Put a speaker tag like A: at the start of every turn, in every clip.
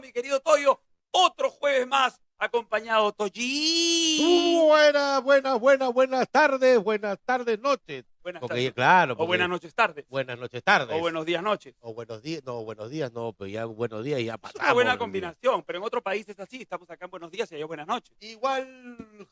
A: mi querido Toyo. Otro jueves más, acompañado Toyi.
B: Uh. Buena, buena, buena, buenas tardes, buenas tardes, noches.
A: Buenas
B: Porque,
A: tardes.
B: claro,
A: O
B: porque-
A: buenas noches tarde.
B: buenas noches, tardes.
A: O buenos días noches.
B: O buenos días, no, buenos días, no, pero ya buenos días ya
A: Es
B: pasamos.
A: una buena combinación, pero en otro país es así. Estamos acá en buenos días y allá buenas noches.
B: Igual,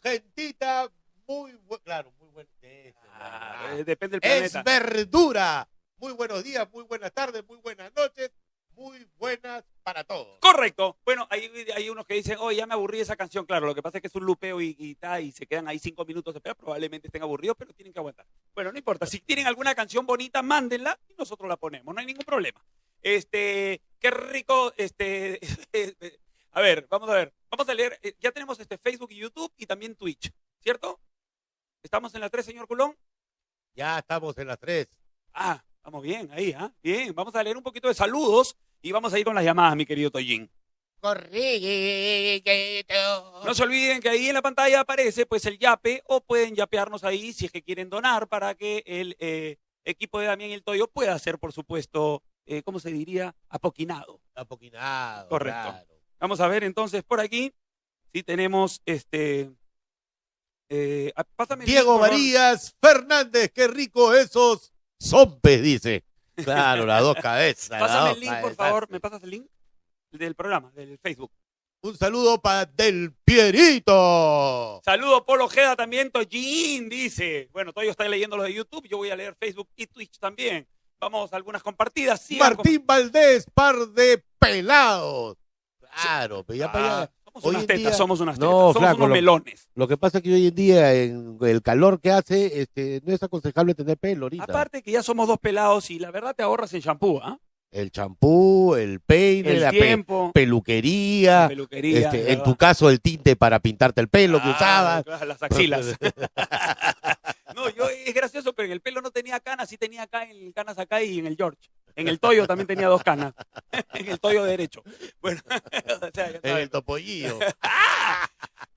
B: gentita, muy buen, claro, muy buen. eso,
A: Ah,
B: ¿verdad?
A: eh, depende del
B: es
A: planeta.
B: verdura. Muy buenos días, muy buenas tardes, muy buenas noches, muy buenas para todos.
A: Correcto. Bueno, hay, hay unos que dicen, oh, ya me aburrí de esa canción. Claro, lo que pasa es que es un lupeo y, y, ta, y se quedan ahí cinco minutos de espera. Probablemente estén aburridos, pero tienen que aguantar. Bueno, no importa. Si tienen alguna canción bonita, mándenla y nosotros la ponemos. No hay ningún problema. Este, qué rico. Este, a ver, vamos a ver. Vamos a leer. Eh, Ya tenemos este Facebook y YouTube y también Twitch, ¿cierto? ¿Estamos en la 3, señor Culón?
B: Ya estamos en las tres.
A: Ah, vamos bien ahí, ¿ah? Bien. Vamos a leer un poquito de saludos y vamos a ir con las llamadas, mi querido Toyin.
C: Correcto.
A: No se olviden que ahí en la pantalla aparece pues el yape o pueden yapearnos ahí si es que quieren donar para que el eh, equipo de Damián y el Toyo pueda ser, por supuesto, eh, ¿cómo se diría? Apoquinado.
B: Apoquinado.
A: Correcto.
B: claro.
A: Vamos a ver entonces por aquí si tenemos este... eh, a- pásame el
B: Diego
A: link, por favor.
B: Marías Fernández, qué rico esos zompes, dice. Claro, las dos cabezas. las
A: Pásame
B: dos
A: el link, por
B: cabezas.
A: favor. ¿Me pasas el link? El Del programa, del Facebook.
B: Un saludo para Del Pierito.
A: Saludo Polo Ojeda también, Toyin, dice. Bueno, Toyo está leyendo los de YouTube, yo voy a leer Facebook y Twitch también. Vamos a algunas compartidas. sigan
B: Martín Valdés, par de pelados. Claro, pero ya para allá.
A: Ah, Somos
B: Hoy
A: unas
B: en
A: tetas,
B: día-
A: somos unas
B: No,
A: tetas, somos
B: flaco,
A: unos
B: lo-
A: melones.
B: Lo que pasa es que hoy en día, en el calor que hace, este, no es aconsejable tener pelo ahorita.
A: Aparte que ya somos dos pelados y la verdad te ahorras en shampoo, ¿ah?
B: el champú, el peine,
A: El
B: la pe-
A: tiempo, la
B: peluquería,
A: peluquería,
B: este,
A: la
B: en tu
A: verdad.
B: caso el tinte para pintarte el pelo que
A: Claro,
B: usabas.
A: claro, las axilas. no, yo es gracioso, pero en el pelo no tenía canas, sí tenía acá en canas acá y en el George. En el Toyo también tenía dos canas. en el Toyo derecho. Bueno, o sea, ya
B: En el
A: sabes.
B: topollillo.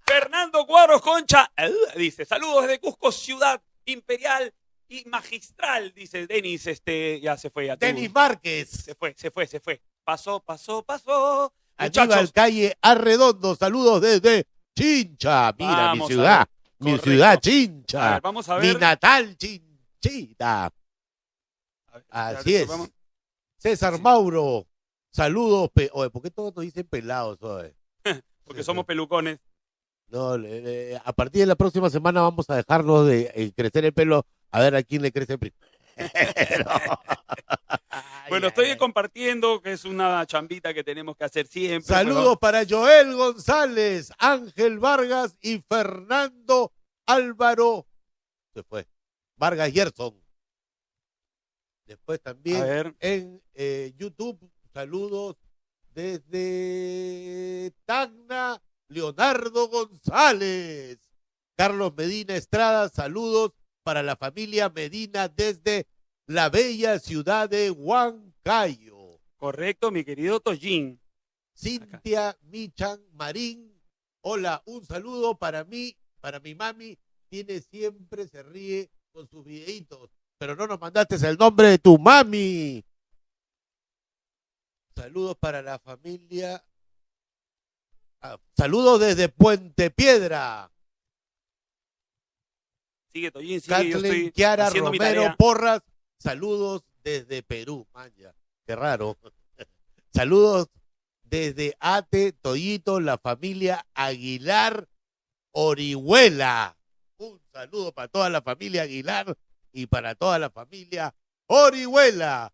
A: Fernando Cuadros Concha eh, dice, saludos desde Cusco, ciudad imperial y magistral, dice Denis, este, ya se fue. ya tú-
B: Denis Márquez.
A: Se fue, se fue, se fue. Pasó, pasó, pasó.
B: Aníbal
A: Muchachos,
B: Calle Arredondo. Saludos desde Chincha. Mira,
A: Vamos
B: mi
A: a
B: ciudad.
A: ver.
B: Mi
A: Correcto.
B: ciudad,
A: a ver,
B: Chincha.
A: vamos a
B: Mi
A: ver.
B: natal, Chinchita.
A: A ver,
B: Así es.
A: vamos.
B: César
A: Sí.
B: Mauro. Saludos. pe- Oye, ¿por qué todos nos dicen pelados? oye?
A: Porque somos pelucones.
B: No, le- le- a partir de la próxima semana vamos a dejarnos de eh, crecer el pelo. A ver a quién le crece primero.
A: Bueno,
B: Ay,
A: estoy
B: ay, ay.
A: compartiendo que es una chambita que tenemos que hacer siempre.
B: Saludos para Joel González, Ángel Vargas y Fernando Álvaro. Se fue. Vargas Gerson. Después
A: Bueno, a
B: también
A: ver,
B: en eh, YouTube, saludos desde Tacna, Leonardo González. Carlos Medina Estrada, saludos para la familia Medina desde la bella ciudad de Huancayo.
A: correcto, mi querido Toyin.
B: Cintia Michan Marín. Hola, un saludo para mí, para mi mami. Tiene siempre, se ríe con sus videitos. Pero no nos mandaste el nombre de tu mami. Saludos para la familia. Ah, saludos desde Puente Piedra.
A: Sigue Toyin, sigue. yo
B: Kathleen
A: estoy
B: Kiara
A: haciendo mi
B: Romero
A: tarea.
B: Porras. Saludos desde Perú. Maya, qué raro. saludos desde Ate, Toyito, la familia Aguilar Orihuela. Un saludo para toda la familia Aguilar y para toda la familia Orihuela.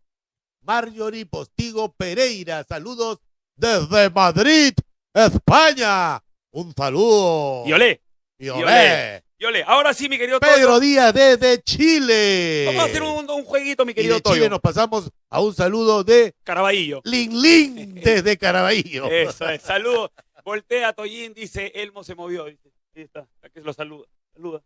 B: Marjorie Postigo Pereira, saludos desde Madrid, España. Un saludo.
A: Y olé,
B: Y
A: olé.
B: olé.
A: y olé. Ahora sí, mi querido
B: Pedro
A: Toyo.
B: Díaz desde Chile.
A: Vamos a hacer un, un jueguito, mi
B: y de
A: querido
B: Chile
A: Toyo.
B: nos pasamos a un saludo de
A: Caraballo.
B: Lin Lin desde Caraballo.
A: Eso es, saludos. Voltea, Toyin, dice, Elmo se movió. Dice, ahí está, aquí lo saluda. Saluda.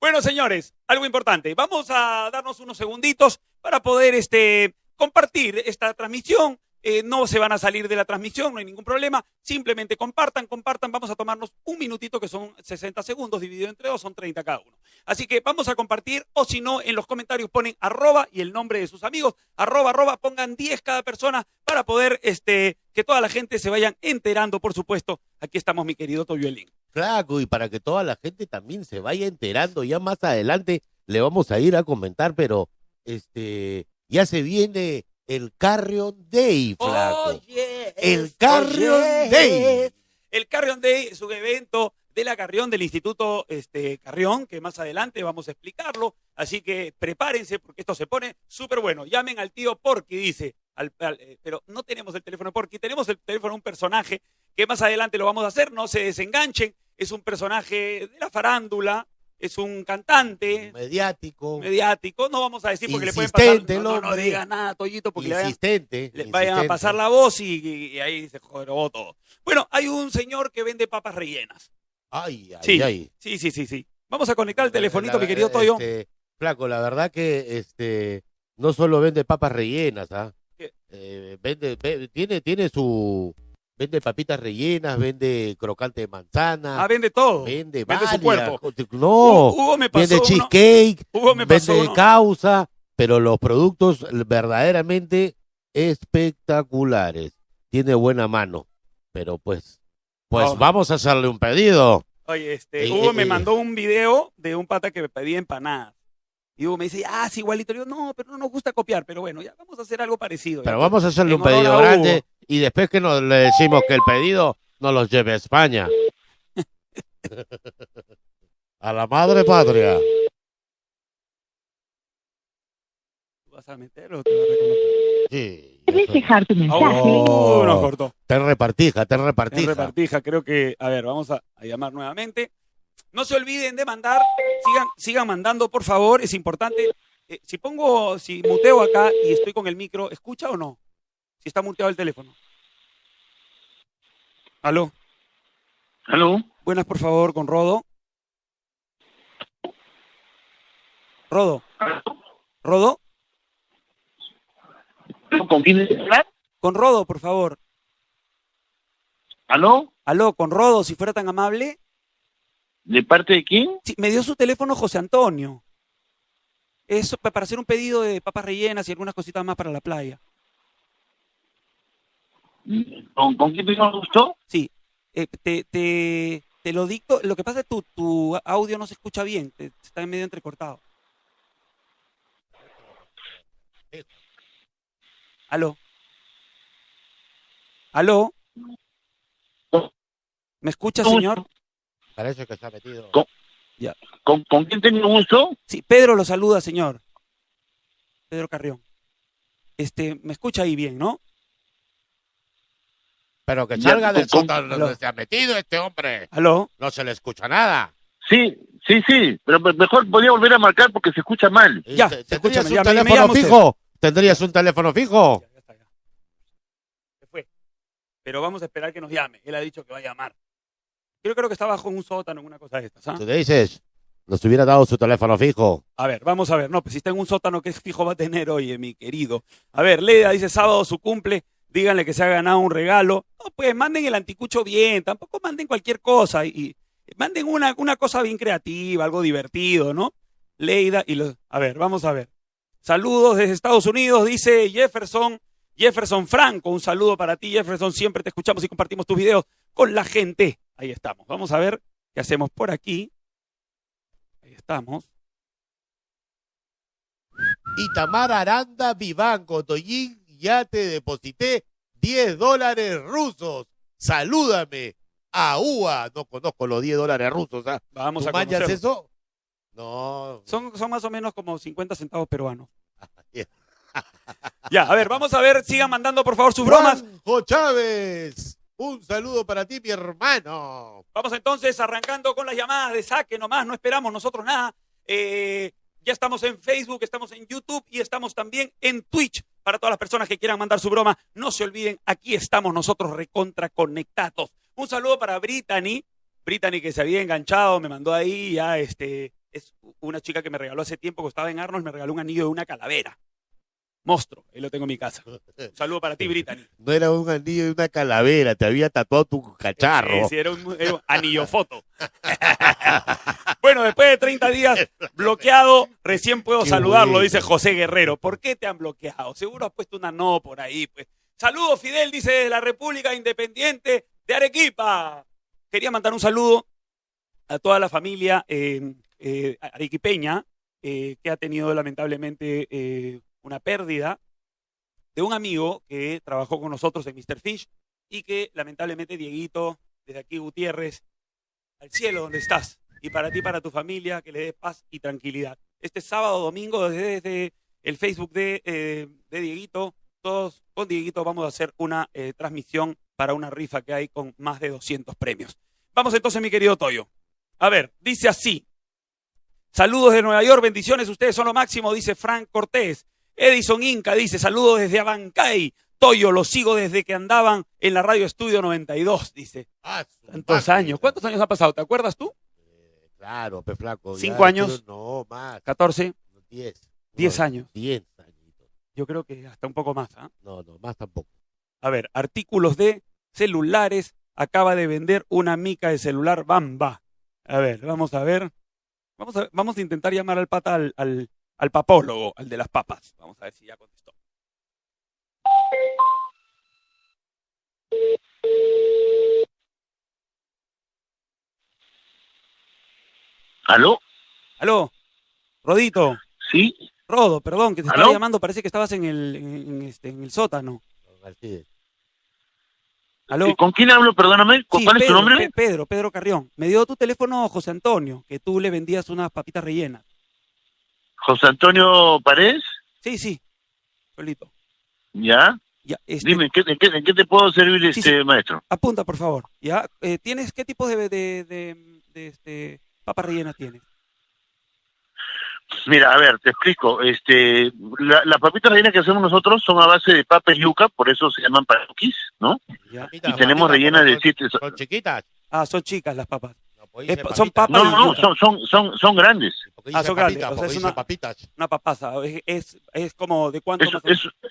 A: Bueno, señores, algo importante. Vamos a darnos unos segunditos para poder este, compartir esta transmisión eh, no se van a salir de la transmisión, no hay ningún problema. Simplemente compartan, compartan. Vamos a tomarnos un minutito, que son 60 segundos, dividido entre dos, son 30 cada uno. Así que vamos a compartir, o si no, en los comentarios ponen arroba y el nombre de sus amigos, arroba, arroba, pongan 10 cada persona para poder este, que toda la gente se vayan enterando, por supuesto. Aquí estamos, mi querido Toyolín.
B: Claro, y para que toda la gente también se vaya enterando, ya más adelante le vamos a ir a comentar, pero este ya se viene el Carrion Day, flaco.
C: Oye,
B: el Carrion
C: oye,
B: Day.
A: El Carrion Day es un evento de la Carrión, del Instituto este, Carrión, que más adelante vamos a explicarlo. Así que prepárense porque esto se pone súper bueno. Llamen al tío Porky, dice. Al- al- eh, pero no tenemos el teléfono de Porky, tenemos el teléfono de un personaje que más adelante lo vamos a hacer. No se desenganchen. Es un personaje de la farándula, es un cantante
B: Mediático,
A: mediático. No vamos a decir porque le
B: Insistente
A: pueden
B: el
A: pasar. No, no, no
B: hombre.
A: diga nada, Toyito, porque le vayan
B: insistente.
A: les vayan a
B: insistente.
A: pasar la voz y, y- y ahí se jorobó todo. Bueno, hay un señor que vende papas rellenas.
B: Ay, ay,
A: Sí.
B: ay.
A: Sí, sí, sí, sí. Vamos a conectar el telefonito,
B: La-
A: mi querido Toyo.
B: este, flaco, la verdad que este no solo vende papas rellenas, ¿ah?
A: ¿Qué?
B: Eh, vende, ve- tiene, tiene su vende papitas rellenas, vende crocante de manzana,
A: ah, vende todo.
B: vende,
A: vende su
B: varias
A: cuerpo.
B: cosas.
A: Hugo,
B: No,
A: Hugo me pasó
B: vende
A: uno.
B: cheesecake,
A: Hugo me pasó
B: vende
A: uno.
B: causa, pero los productos verdaderamente espectaculares. Tiene buena mano, pero pues, pues
A: Oh.
B: vamos a hacerle un pedido.
A: Oye, este,
B: Eh,
A: Hugo
B: eh,
A: me
B: eh.
A: mandó un video de un pata que me pedía empanadas. Y Hugo me dice, ah, sí, igualito. Le digo, no, pero no nos gusta copiar. Pero bueno, ya vamos a hacer algo parecido.
B: Pero
A: Ya.
B: vamos a hacerle
A: En
B: un pedido
A: honor a Hugo.
B: grande y después que nos le decimos que el pedido nos los lleve a España. a la madre patria.
A: ¿Tú ¿Vas a meterlo? Te vas a reconectar?
B: Sí.
C: Debes dejar tu
A: Ah,
C: mensaje.
A: Hugo,
B: Oh.
A: nos cortó.
B: Te repartija, te
A: En
B: repartija.
A: repartija, creo que. A ver, vamos a, a llamar nuevamente. No se olviden de mandar, sigan, sigan mandando, por favor, es importante. Eh, si pongo, si muteo acá y estoy con el micro, ¿escucha o no? Si está muteado el teléfono. Aló,
D: Aló,
A: buenas, por favor, con Rodo. Rodo, Rodo,
D: ¿con quién es hablar?
A: con Rodo, por favor.
D: ¿Aló?
A: Aló, con Rodo, si fuera tan amable.
D: ¿De parte de quién?
A: Sí, me dio su teléfono José Antonio. Eso pa- para hacer un pedido de papas rellenas y algunas cositas más para la playa.
D: ¿Con, con quién tengo el gusto?
A: Sí, eh, te, te, te lo dicto. Lo que pasa es que tu, tu audio no se escucha bien, te- está medio entrecortado. Aló. Aló. ¿Me escucha, Este señor?
B: Parece que se ha metido.
D: Co- ¿Con, con quién tengo el gusto?
A: Sí, Pedro lo saluda, señor. Pedro Carrión. Este, me escucha ahí bien, ¿no?
B: Pero que
D: Ya,
B: salga del
D: con-
B: sótano
A: no.
B: donde se ha metido este hombre.
A: Aló.
B: No se le escucha nada.
D: Sí, sí, sí, pero me- mejor podría volver a marcar porque se escucha mal.
A: Ya,
B: Te-
A: se
B: ¿Tendrías
A: escucha,
B: un
A: ya me- me
B: teléfono
A: llama usted.
B: fijo? ¿Tendrías un teléfono fijo?
A: Ya, ya está, ya. Se fue. Pero vamos a esperar que nos llame. Él ha dicho que va a llamar. Yo creo que está bajo en un sótano, en una cosa de estas. ¿ah?
B: Tú le dices, nos hubiera dado su teléfono fijo.
A: A ver, vamos a ver. No, pues si está en un sótano, ¿qué fijo va a tener hoy, mi querido? A ver, Leda dice sábado su cumple. Díganle que se ha ganado un regalo. No, pues manden el anticucho bien. Tampoco manden cualquier cosa. Y, y manden una, una cosa bien creativa, algo divertido, ¿no? Leida y los. A ver, vamos a ver. Saludos desde Estados Unidos, dice Jefferson. Jefferson Franco, un saludo para ti, Jefferson. Siempre te escuchamos y compartimos tus videos con la gente. Ahí estamos. Vamos a ver qué hacemos por aquí. Ahí estamos.
B: Itamar Aranda Vivanco, Toyin, ya te deposité 10 dólares rusos. Salúdame. A UA. No conozco los 10 dólares rusos. ¿ah? ¿Tú
A: Vamos a
B: manchas
A: conocer.
B: eso? No.
A: Son, son más o menos como 50 centavos peruanos. ya, a ver, vamos a ver. Sigan mandando, por favor, sus bromas.
B: Juanjo Chávez. Un saludo para ti, mi hermano.
A: Vamos entonces arrancando con las llamadas de saque nomás. No esperamos nosotros nada. Eh, ya estamos en Facebook, estamos en YouTube y estamos también en Twitch. Para todas las personas que quieran mandar su broma, no se olviden, aquí estamos nosotros recontra conectados. Un saludo para Brittany. Brittany que se había enganchado, me mandó ahí ya este. Es una chica que me regaló hace tiempo que estaba en Arnold, me regaló un anillo de una calavera. Monstruo, ahí lo tengo en mi casa. Un saludo para ti, Brittany.
B: No era un anillo y una calavera, te había tatuado tu cacharro.
A: Eh, Sí, era un, era un anillo foto. bueno, después de 30 días bloqueado, recién puedo
B: Qué
A: saludarlo,
B: bueno.
A: dice José Guerrero. ¿Por qué te han bloqueado? Seguro has puesto una no por ahí. Pues. Saludos, Fidel, dice de la República Independiente de Arequipa. Quería mandar un saludo a toda la familia eh, eh, arequipeña eh, que ha tenido lamentablemente eh, una pérdida de un amigo que trabajó con nosotros en Mr. Fish y que lamentablemente Dieguito, desde aquí Gutiérrez, al cielo donde estás, y para ti, para tu familia, que le dé paz y tranquilidad. Este sábado, domingo, desde, desde el Facebook de, eh, de Dieguito, todos con Dieguito vamos a hacer una eh, transmisión para una rifa que hay con más de 200 premios. Vamos entonces, mi querido Toyo. A ver, dice así. Saludos de Nueva York, bendiciones, ustedes son lo máximo, dice Frank Cortés. Edison Inca dice, saludos desde Abancay. Toyo, lo sigo desde que andaban en la radio Estudio 92, dice.
B: Ah, su
A: Tantos
B: máquina.
A: años. ¿Cuántos años han pasado? ¿Te acuerdas tú?
B: Eh, Claro, pe flaco. ya
A: ¿Cinco años?
B: quiero- No, más.
A: 14.
B: 10.
A: Diez años.
B: 10 añitos.
A: Yo creo que hasta un poco más. ¿ah?
B: No, no, más tampoco.
A: A ver, artículos de celulares. Acaba de vender una mica de celular Bamba. A ver, vamos a ver. Vamos a, vamos a intentar llamar al pata al, al, al papólogo, al de las papas. Vamos a ver si ya contestó.
D: ¿Aló?
A: Aló, Rodito,
D: ¿Sí?
A: Rodo, perdón, que te
D: ¿Aló?
A: estaba llamando. Parece que estabas en el, en, en este, en el sótano.
B: don Alcides.
A: Aló.
D: ¿Y ¿Con quién hablo? Perdóname. ¿Con-
A: Sí,
D: Eh, ¿Cuál es tu
A: Pedro,
D: nombre?
A: Pe- Pedro, Pedro Carrión. Me dio tu teléfono José Antonio, que tú le vendías unas papitas rellenas.
D: José Antonio Paredes.
A: Sí, sí, solito.
D: ¿Ya?
A: Ya, este,
D: Dime, ¿en qué, en qué- en qué te puedo servir,
A: Sí,
D: este maestro?
A: Apunta, por favor. ¿Ya? Eh, ¿Tienes qué tipo de, de, de- de, este, papas rellenas tienes?
D: Mira, a ver, te explico. Este, la- las papitas rellenas que hacemos nosotros son a base de papa y yuca, por eso se llaman paquis, ¿no?
A: ¿Ya?
D: Y tenemos rellenas de siete.
B: Son chiquitas.
A: Ah, son chicas las papas.
B: No, pues,
A: Eh,
B: dice
A: pa- son papas
B: papitas.
D: No,
A: y
D: no, no,
A: yuca.
D: son, son, son, son grandes.
B: Porque
A: Ah,
B: dice
A: son
B: papitas,
A: grandes, o sea,
B: porque
A: es
B: dice
A: una-
B: papitas.
A: Una papaza. Es, es, es como de cuánto
D: Eso,
A: más o menos?
D: eso-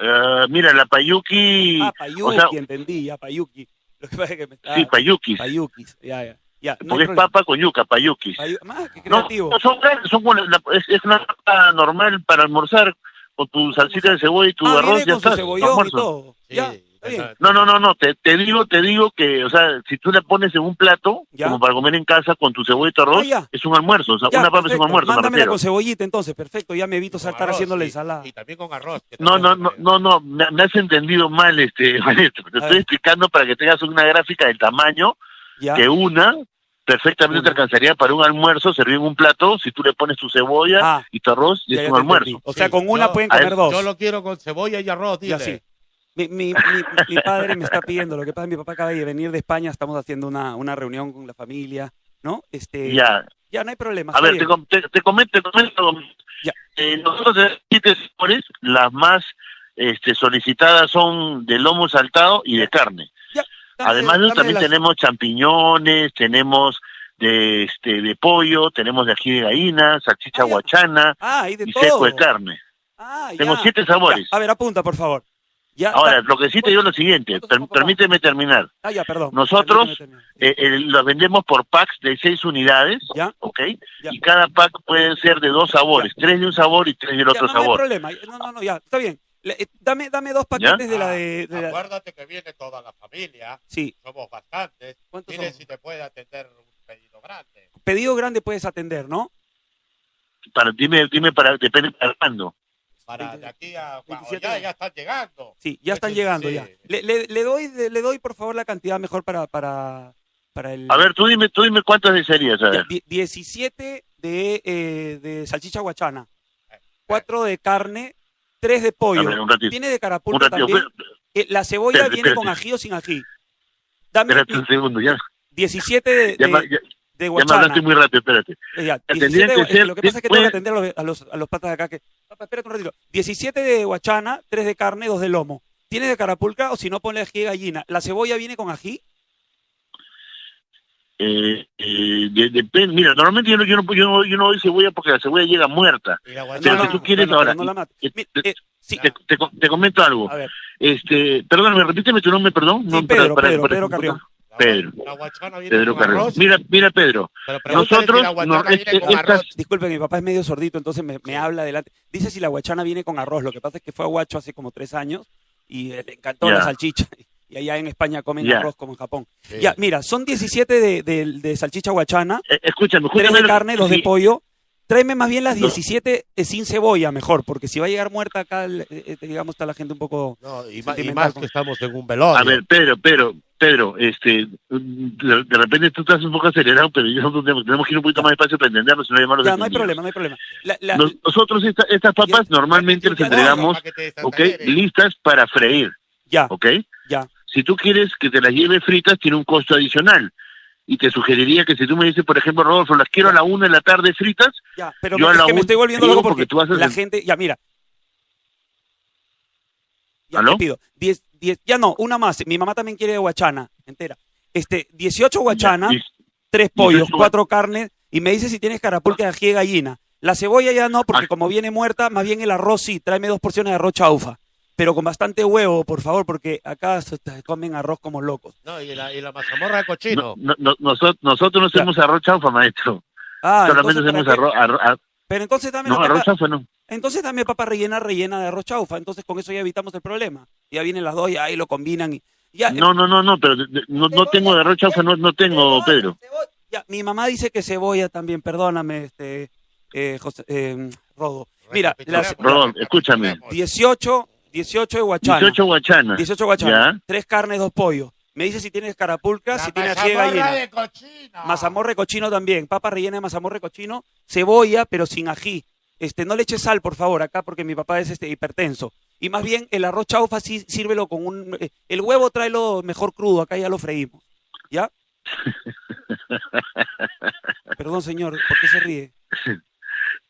D: eh, mira, la payuki,
A: Ah, payuki,
D: o sea-
A: entendí, ya, payuki. Lo que pasa es que me está...
D: sí, payukis,
A: payukis, ya, ya. ya no
D: porque
A: hay
D: es
A: problema.
D: papa con yuca, payukis.
A: Payu- Ah, qué
D: No,
A: creativo.
D: no, son grandes, son con la- es, es una papa normal para almorzar con tu salsita de cebolla y tu
A: ah,
D: arroz,
A: viene
D: ya
A: con su
D: está.
A: cebollón y
D: almuerzo.
A: todo.
B: Sí,
A: ya, está
B: está-
A: bien.
D: No, no, no, no, te, te digo, te digo que, o sea, si tú la pones en un plato,
A: Ya.
D: como para comer en casa con tu cebolla y tu arroz,
A: Ah, ya.
D: es un almuerzo, o sea,
A: Ya,
D: una papa es un
A: perfecto.
D: almuerzo, me
A: Mándamela
D: refiero.
A: con cebollita entonces, perfecto. Ya me evito
B: Con
A: saltar
B: arroz,
A: haciendo la
B: sí,
A: ensalada.
B: Y también con arroz. que
D: No, no,
B: también
D: no,
B: es
D: no, no, me, me has entendido mal, este, maestro. Te
A: A
D: estoy
A: ver.
D: explicando para que tengas una gráfica del tamaño
A: Ya.
D: que una perfectamente
A: Una.
D: te alcanzaría para un almuerzo servido en un plato si tú le pones tu cebolla
A: Ah,
D: y tu arroz y
A: ya,
D: es
A: ya
D: un
A: te
D: almuerzo.
A: entendí. O sea,
B: Sí,
A: con una
B: yo-
A: pueden
D: a ver,
A: comer dos.
B: Yo lo quiero con cebolla y arroz,
A: Ya
B: dile.
A: sí. Mi, mi, mi, mi padre me está pidiendo, lo que pasa es que mi papá acaba de venir de España, estamos haciendo una, una reunión con la familia, ¿no? Este, ya.
D: Ya,
A: no hay problema.
D: a
A: está
D: ver, te,
A: bien.
D: com- te, te comento, te comento.
A: Ya.
D: Eh, nosotros tenemos siete sabores, las más este, solicitadas son de lomo saltado y de carne.
A: Dame-
D: Además, ¿no?
A: dame
D: también
A: las-
D: tenemos champiñones, tenemos de este de pollo, tenemos de ají de gallina, salchicha
A: Ah, ya.
D: guachana
A: Ah, hay de
D: y
A: todo.
D: seco de carne.
A: Ah, ya.
D: Tengo siete
A: Ya,
D: sabores.
A: A ver, apunta, por favor. Ya,
D: Ahora,
A: ta-
D: lo que sí te digo es lo siguiente,
A: ¿Cuántos
D: per-
A: somos, papá?
D: permíteme terminar.
A: ah, ya, perdón.
D: nosotros,
A: Permíteme terminar.
D: Eh, eh, las vendemos por packs de seis unidades,
A: Ya.
D: ¿ok?
A: Ya.
D: Y cada pack puede ser de dos sabores, tres de un sabor y tres del
A: Ya,
D: otro
A: no, no hay
D: sabor.
A: problema. No, no, no, ya, está bien. Le- eh, dame, dame dos paquetes de
B: Ah,
A: la de... de la-
B: Acuérdate que viene toda la familia.
A: Sí,
B: Somos bastantes.
A: ¿cuántos
B: Dile
A: son?
B: si te puede atender un pedido grande.
A: Pedido grande puedes atender, ¿no?
D: Para, dime, dime, para, depende para cuándo.
B: Para de aquí a. o
A: 27.
B: Ya, ya están llegando.
A: Sí, ya están
B: Sí,
A: llegando
B: sí.
A: ya. Le, le- le doy, le doy por favor la cantidad mejor para, para, para el...
D: A ver, tú dime, tú dime cuántas desearías, a
A: Ya,
D: ver.
A: die- 17 de, eh, de salchicha guachana, 4 de carne, 3 de
D: A
A: pollo.
D: ver, un ratito.
A: Tiene de
D: Un
A: carapulta
D: ratito,
A: también.
D: espérate,
A: Eh, la cebolla
D: espérate,
A: viene con
D: espérate.
A: ají o sin ají. Dame
D: espérate
A: mi-
D: un segundo, ya,
A: 17 de,
D: ya,
A: de-
D: ma-
A: de
D: ya- ya me
A: guachana.
D: hablaste muy rápido, espérate.
A: Eh, ya,
D: Ya
A: 17 de
D: tendrían
A: gua-
D: que ser-
A: lo que pasa es que tengo que
D: pues-
A: atender a los, a los, a los patas de acá que... Papá, espérate un ratito. 17 de guachana, 3 de carne, 2 de lomo. ¿Tiene de carapulca o si no ponle ají de gallina? ¿La cebolla viene con ají?
D: eh, eh, de- depende- mira, normalmente yo no, yo, no, yo, no, yo no doy cebolla porque la cebolla llega muerta.
B: Y la
D: Pero
B: guarnición-
D: si tú quieres
A: bueno,
D: ahora-
A: pero no la mates.
D: eh,
A: Mi-
D: eh,
A: eh, sí,
D: Te, te co- te comento algo.
A: a ver,
D: Este, perdóname, repíteme tu nombre, perdón.
A: Sí,
D: No,
A: Pedro, Pedro, Pedro Carrión.
B: la gua-
D: Pedro.
B: La guachana viene
D: Pedro
B: con
D: Carrión.
B: arroz.
D: Mira, mira, Pedro.
B: Pero pregúntale
D: nosotros
B: si la guachana
D: no-
B: viene
D: este-
B: con
D: estas-
B: arroz.
A: disculpen, mi papá es medio sordito, entonces me, me habla delante. Dice si la guachana viene con arroz. Lo que pasa es que fue a Guacho hace como tres años y eh, le encantó la
D: Ya.
A: salchicha. Y allá en España comen
D: Ya.
A: arroz como en Japón.
D: este,
B: Sí.
A: Ya, mira, son 17 de, de- de salchicha guachana,
D: Eh, escúchame,
A: 3
D: escúchame.
A: de
D: lo-
A: carne, 2 de
D: sí,
A: pollo. Tráeme más bien las
D: No.
A: 17 sin cebolla, mejor, porque si va a llegar muerta acá, eh, eh, digamos, está la gente un poco...
B: No, y, ma- y
A: Sentimental
B: más
A: con-
B: que estamos en un velorio.
D: A ver, Pedro, Pedro, Pedro, este, de, de repente tú estás un poco acelerado, pero yo- nosotros tenemos, tenemos que ir un poquito más despacio para entendernos y no llamarnos
A: Ya, no hay
D: entendidos.
A: problema, no hay problema. La- la-
D: Nos- nosotros esta- estas papas normalmente las
A: ya, ya,
D: entregamos,
B: Para que te
D: ¿ok?
B: desacereres.
D: Listas para freír,
A: ya,
D: ¿ok?
A: Ya.
D: Si tú quieres que te las lleve fritas, tiene un costo adicional. Y te sugeriría que si tú me dices, por ejemplo, Rodolfo, las quiero a la una de la tarde fritas,
A: ya, pero
D: yo a
A: es
D: la
A: que me
D: una
A: estoy volviendo
D: digo
A: loco porque,
D: porque tú haces
A: la
D: el-
A: gente... Ya, mira. Ya,
D: ¿Aló?
A: te pido. 10, 10, ya no, una más. Mi mamá también quiere guachana entera. Este, 18 guachana,
D: y-
A: 3 pollos,
D: Entonces,
A: 4 carnes, y me dice si tienes carapulque de ají de gallina. La cebolla ya no, porque
D: Ah.
A: como viene muerta, más bien el arroz sí, tráeme dos porciones de arroz chaufa. Pero con bastante huevo, por favor, porque acá se se comen arroz como locos.
B: No, y la, y la mazamorra de cochino.
D: no- no- no- nosotros, nosotros no
A: Ya.
D: hacemos arroz chaufa, maestro.
A: Ah,
D: Solamente
A: entonces, ¿para
D: hacemos
A: qué?
D: arroz, arroz, arroz-
A: Pero entonces dame,
D: no,
A: la
D: arroz
A: papa,
D: chaufa, no.
A: entonces dame papa rellena, rellena de arroz chaufa. Entonces con eso ya evitamos el problema. Ya vienen las dos y ahí lo combinan. Y, ya,
D: No, no, no, no, pero de- de- no, no tengo de arroz chaufa, no, no tengo,
A: Cebolla,
D: Pedro.
A: cebolla. Ya, mi mamá dice que cebolla también, perdóname, este, eh, José- eh, Rodo. Mira, las,
D: Rodolfo, escúchame.
A: 18, 18 de guachana.
D: 18 guachanas.
A: 18 guachanas.
D: Ya.
A: Tres carnes, dos pollos. Me dice si tienes carapulca, si tienes ají de gallina.
B: de cochino.
A: Mazamorre cochino también. Papa rellena de mazamorre cochino. Cebolla, pero sin ají. Este, no le eches sal, por favor, acá, porque mi papá es este hipertenso. Y más bien, el arroz chaufa sí sírvelo con un... eh, El huevo tráelo mejor crudo, acá ya lo freímos. ¿Ya? Perdón, señor, ¿por qué se ríe?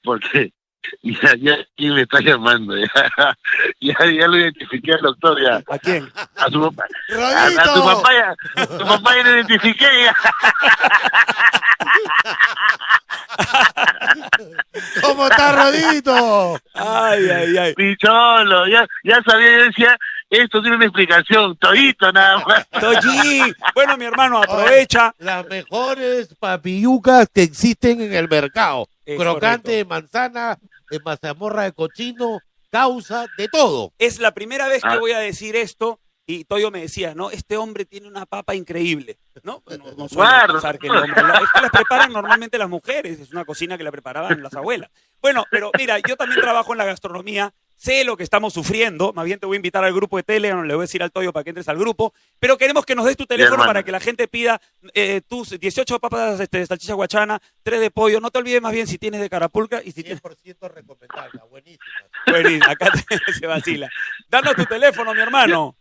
D: porque ya, ya, ¿quién le está llamando? Ya, ya, ya lo identifiqué al doctor, ya.
A: ¿A quién?
D: A su papá, a, a
B: ¡Rodito!
D: tu papá ya, a tu papá ya lo identifiqué, ya.
B: ¿Cómo está Rodito?
A: Ay, ay, ay.
D: Mi cholo, ya, ya sabía, yo decía, esto tiene una explicación, todito nada más.
A: Toyi. Bueno, mi hermano, aprovecha.
B: Las mejores papillucas que existen en el mercado.
A: Es
B: Crocante
A: correcto.
B: de manzana, de mazamorra de cochino, causa de todo.
A: Es la primera vez que
D: Ah.
A: voy a decir esto y Toyo me decía, ¿no? Este hombre tiene una papa increíble, ¿no? No, no suelo
D: Guarda.
A: pensar que el hombre- la- es que las preparan normalmente las mujeres, es una cocina que la preparaban las abuelas. Bueno, pero mira, yo también trabajo en la gastronomía, sé lo que estamos sufriendo, más bien te voy a invitar al grupo de Telegram, le voy a decir al Toyo para que entres al grupo, pero queremos que nos des tu teléfono
D: hermano.
A: para que la gente pida eh, tus 18 papas este, de salchicha guachana, 3 de pollo, no te olvides más bien si tienes de carapulca y si tienes...
B: 100% recomendable, buenísima.
A: Bueno, acá te- se vacila. Danos tu teléfono, mi hermano.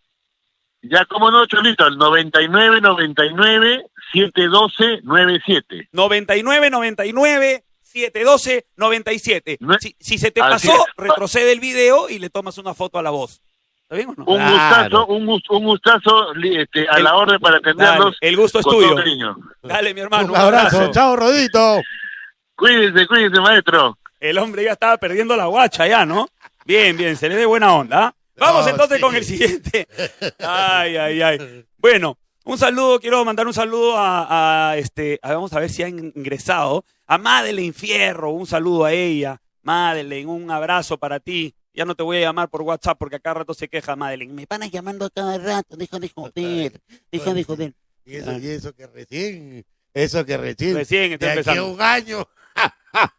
D: Ya, como no, cholito, al 99 99 712 97.
A: 99 99 712 97.
D: No-
A: Si, si se te
D: Así
A: pasó,
D: es.
A: retrocede el video y le tomas una foto a la voz. ¿Está bien o no?
D: Un
B: Claro.
D: gustazo, un, gust- un gustazo li- este, a
A: El-
D: la orden para
A: Dale,
D: atenderlos
A: el gusto es
D: con todo
A: tuyo.
D: cariño.
A: Dale, mi hermano.
B: Un abrazo, chao Rodito.
D: Cuídense, cuídense, maestro.
A: El hombre ya estaba perdiendo la guacha ya, ¿no? Bien, bien, se le ve buena onda. ¿ah? Vamos
B: No,
A: entonces
B: sí.
A: con el siguiente. Ay, ay, ay. Bueno, un saludo, quiero mandar un saludo a, a, este, a- vamos a ver si han ingresado, a Madeleine Fierro, un saludo a ella. Madeleine, un abrazo para ti. Ya no te voy a llamar por WhatsApp porque acá rato se queja Madeleine. Me van a llamando a cada rato, deja de joder, deja de joder. Ah.
B: Y eso, y eso que recién, eso que recién,
A: Recién
B: de
A: está
B: aquí a
A: empezando.
B: un año. ay,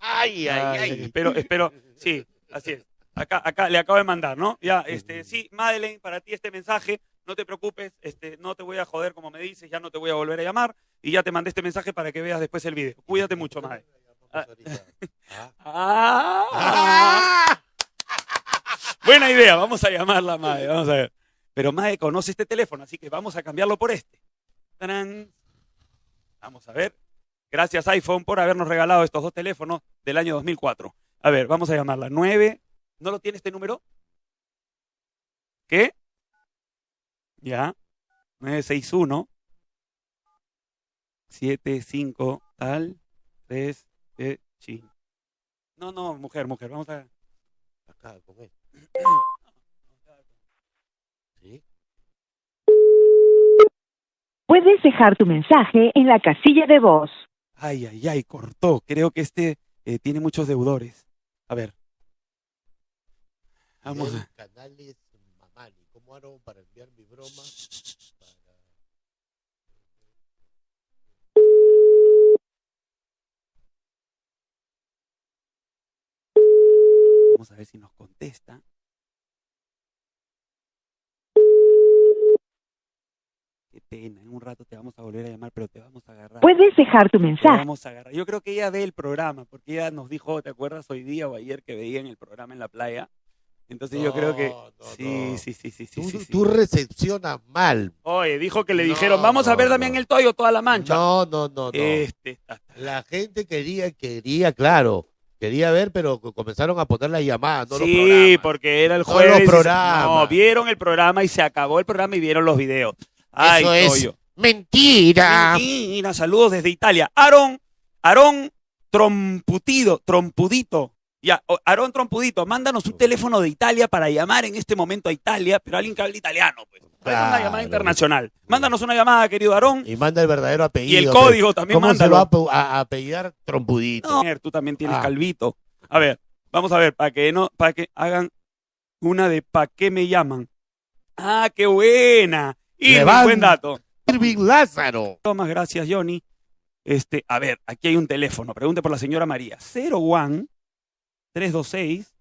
B: ay, ay.
A: Ay, Espero, espero, sí, así es. Acá, acá le acabo de mandar, ¿no? Ya, este, sí, Madeleine, para ti este mensaje, no te preocupes, este, no te voy a joder como me dices, ya no te voy a volver a llamar y ya te mandé este mensaje para que veas después el video. Cuídate mucho, Madre. Ah.
B: Ah.
A: Ah, buena idea, vamos a llamarla, Madre, vamos a ver. Pero Madre conoce este teléfono, así que vamos a cambiarlo por este. Tarán. Vamos a ver. Gracias iPhone por habernos regalado estos dos teléfonos del año 2004. A ver, vamos a llamarla. 9. ¿No lo tiene este número? ¿Qué? Ya. 961. 7, 5, tal, 3, chi. No, no, mujer, mujer, vamos a...
B: Acá, con él. ¿Sí?
C: Puedes dejar tu mensaje en la casilla de voz.
A: Ay, ay, ay, cortó. Creo que este eh, tiene muchos deudores. A ver. Vamos.
B: Miguel Canales Mamali. ¿Cómo hago para enviar mi broma? Para-
A: Vamos a ver si nos contesta. Qué pena, en un rato te vamos a volver a llamar, pero te vamos a agarrar.
C: Puedes dejar tu
A: Te
C: mensaje.
A: vamos a agarrar. Yo creo que ella ve el programa, porque ella nos dijo, ¿te acuerdas hoy día o ayer que veían el programa en la playa? Entonces yo creo que...
B: No, no,
A: sí,
B: no.
A: sí, sí, sí, sí,
B: Tú,
A: sí, sí.
B: tú recepcionas mal.
A: Oye, dijo que le
B: No,
A: dijeron, vamos a ver
B: no,
A: también
B: no.
A: el toyo toda la mancha.
B: No, no, no, no.
A: Este, está-
B: La gente quería, quería, claro. Quería ver, pero co- comenzaron a poner las llamadas, no los
A: sí,
B: programas.
A: porque era el
B: No
A: jueves.
B: los
A: y se-
B: programas.
A: No, vieron el programa y se acabó el programa y vieron los videos. Ay,
B: Eso es Ah.
A: Toyo.
B: mentira.
A: Argentina, saludos desde Italia. Aarón, Aarón Tromputido, Trompudito. Ya, o- Aarón Trompudito, mándanos un teléfono de Italia para llamar en este momento a Italia, pero alguien que hable italiano, pues. Haz Una llamada
B: Claro.
A: internacional. Mándanos una llamada, querido Aarón.
B: Y manda el verdadero apellido.
A: Y el
B: pero
A: código también
B: ¿Cómo se
A: mándalo.
B: va a ape- a, a apellidar trompudito?
A: No, tú también tienes
B: Ah.
A: calvito. A ver, vamos a ver, para que no, para que hagan una de ¿pa' qué me llaman? Ah, qué buena. Y
B: Levanta.
A: buen dato.
B: Irving Lázaro.
A: Tomas, gracias, Johnny. Este, a ver, aquí hay un teléfono. Pregunte por la señora María. 01 326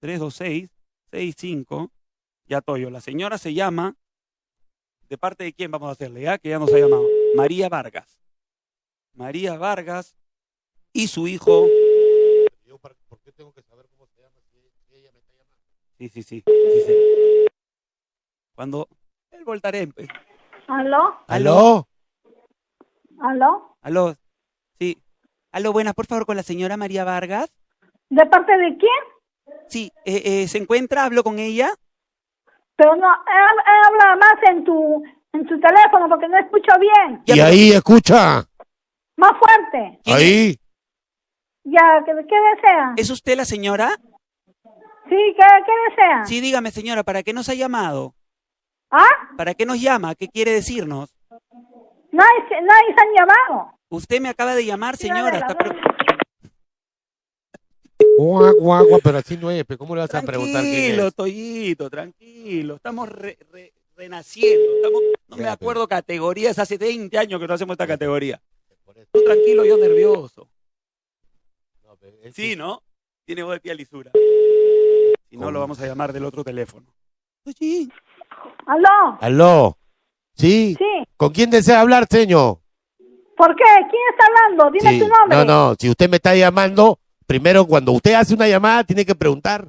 A: 326 65. Ya Toyo, la señora se llama ¿De parte de quién vamos a hacerle? Ya que ya nos ha llamado. María Vargas. María Vargas y su hijo
B: Yo, ¿para- ¿Por qué tengo que saber cómo se llama si si ella me está llamando?
A: Sí, sí, sí. sí, sí. Cuando el Voltaren, pues.
E: ¿Aló?
B: ¿Aló?
E: ¿Aló?
A: Aló. Sí. Aló, buenas, por favor, con la señora María Vargas.
E: ¿De parte de quién?
A: Sí, eh, eh, ¿se encuentra? ¿Hablo con ella?
E: Pero no, hab- habla más en tu, en tu teléfono porque no escucho bien.
A: Ya,
B: Y
A: pero-
B: ahí, escucha.
E: Más fuerte.
A: ¿Quién
B: Ahí.
E: Ya, ¿qué, qué desea?
A: ¿Es usted la señora?
E: Sí, ¿qué, qué desea?
F: Ah.
A: Sí, dígame, señora, ¿para qué nos ha llamado?
E: ¿Ah?
A: ¿Para qué nos llama? ¿Qué quiere decirnos?
E: Nadie, se- nadie se han llamado.
A: Usted me acaba de llamar, señora. Está pre-
B: Guau, guau, guau, pero así no es. pe, ¿Cómo le vas a preguntar quién
A: Tranquilo,
B: es?
A: Toyito, tranquilo. Estamos re- re- renaciendo. Estamos- no me
B: Ya, pero-
A: acuerdo categorías. Hace 20 años que no hacemos esta categoría. Tú tranquilo, yo nervioso.
B: No, pe, es
A: Sí,
B: que-
A: ¿no? Tiene voz de tía lisura. Si no, lo vamos a llamar del otro teléfono. Oye,
E: ¿Aló?
B: ¿Aló? ¿Sí?
E: Sí.
B: ¿Con quién desea hablar, señor?
E: ¿Por qué? ¿Quién está hablando? Dime
B: Sí.
E: tu nombre.
B: No, no, si usted me está llamando, primero cuando usted hace una llamada tiene que preguntar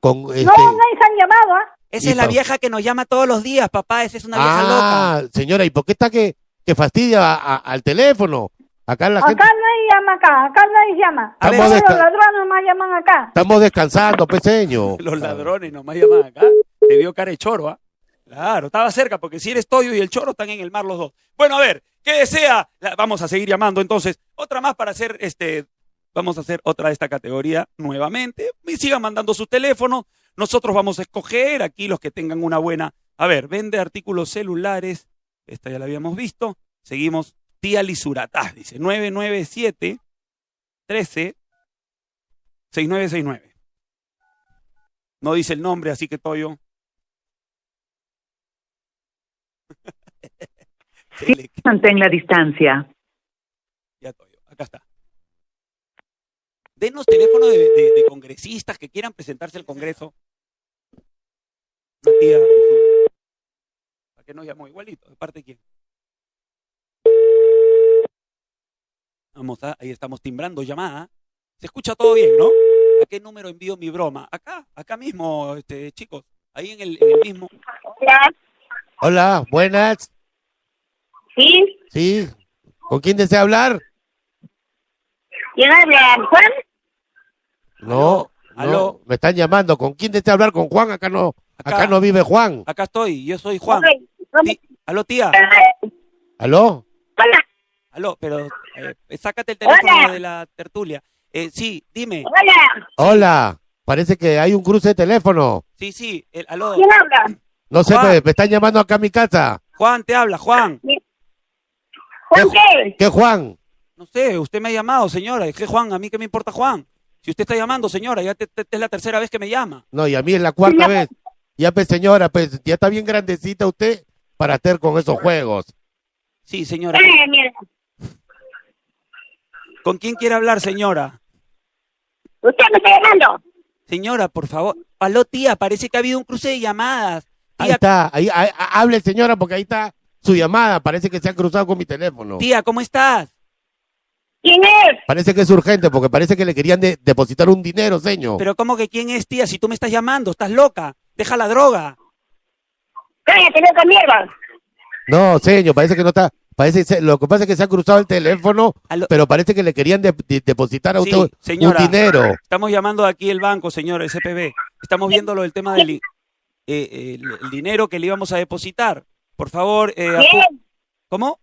B: con este,
E: No, nadie se han llamado, ¿ah?
A: esa es
B: Y
A: la
B: pa-
A: vieja que nos llama todos los días, papá. Esa es una vieja loca.
B: Ah, señora, ¿y por qué está que, que fastidia a- a- al teléfono? Acá la gente
E: Acá nadie llama acá, acá nadie llama.
B: Estamos
E: Todos
B: desta-
E: los ladrones más llaman acá.
B: estamos descansando, pues, señor.
A: Los ladrones nomás llaman acá. Te vio cara de choro, ¿ah? Claro, estaba cerca, porque si eres Toyo y el choro están en el mar los dos. Bueno, a ver, ¿qué desea? La- vamos a seguir llamando entonces. Otra más para hacer este. Vamos a hacer otra de esta categoría nuevamente. Y sigan mandando sus teléfonos. Nosotros vamos a escoger aquí los que tengan una buena. A ver, vende artículos celulares. Esta ya la habíamos visto. Seguimos. Tía Lisuratá, dice 997 13 6969. No dice el nombre, así que Toyo. Se le-
C: Mantén la distancia.
A: ya Toyo, acá está. Denos teléfono de, de- de congresistas que quieran presentarse al Congreso. Una tía, ¿Para qué nos llamó igualito? ¿De parte de quién? Vamos, a- ahí estamos timbrando llamada. Se escucha todo bien, ¿no? ¿A qué número envío mi broma? Acá, acá mismo, este, chicos. Ahí en el, en el mismo.
B: Hola, buenas.
F: Sí,
B: Sí. ¿Con quién desea hablar?
F: ¿quién habla? Juan,
B: No. no,
A: aló.
B: me están llamando. ¿Con quién desea hablar? Con Juan, acá no, acá,
A: Acá.
B: no vive Juan.
A: Acá estoy, yo soy Juan.
F: Ok, ¿cómo
A: Ti- aló, tía.
F: estás?
B: ¿Aló?
F: Hola,
A: Aló, pero eh, sácate el teléfono
F: Hola.
A: de la tertulia. Eh, sí, dime.
F: hola.
B: Hola, parece que hay un cruce de teléfono.
A: Sí, sí. el- aló.
F: ¿Quién habla?
B: No sé, pues,
A: Juan.
B: me, me están llamando acá a mi casa.
A: Juan, te habla, Juan.
F: ¿Juan qué?
B: ¿Qué, Juan?
A: No sé, usted me ha llamado, señora. Es que Juan, a mí qué me importa Juan. Si usted está llamando, señora, ya te- te- es la tercera vez que me llama.
B: No, y a mí es la cuarta vez. Ya, pues, señora, pues, ya está bien grandecita usted para hacer con esos juegos.
A: Sí, señora.
F: Dale de mierda.
A: ¿Con quién quiere hablar, señora?
F: ¿Usted me está llamando?
A: Señora, por favor. Aló, tía, parece que ha habido un cruce de llamadas.
B: Ahí
A: Tía,
B: está, ahí, ahí- ah, hable, señora, porque ahí está su llamada. Parece que se ha cruzado con mi teléfono.
A: tía, ¿cómo estás?
F: ¿Quién es?
B: Parece que es urgente, porque parece que le querían de- depositar un dinero, señor.
A: Pero ¿cómo que quién es, tía? Si tú me estás llamando, estás loca. Deja la droga.
F: Cállate, loca mierda.
B: No, señor, parece que no está. Parece que se- lo que pasa es que se ha cruzado el teléfono,
A: Aló.
B: pero parece que le querían de- de- depositar a
A: Sí,
B: usted un-
A: señora.
B: un dinero.
A: Estamos llamando aquí el banco, señor, el CPB. Estamos viendo lo del tema del i- eh, eh, el, el dinero que le íbamos a depositar. Por favor, eh, apu-
F: ¿Quién?
A: ¿cómo?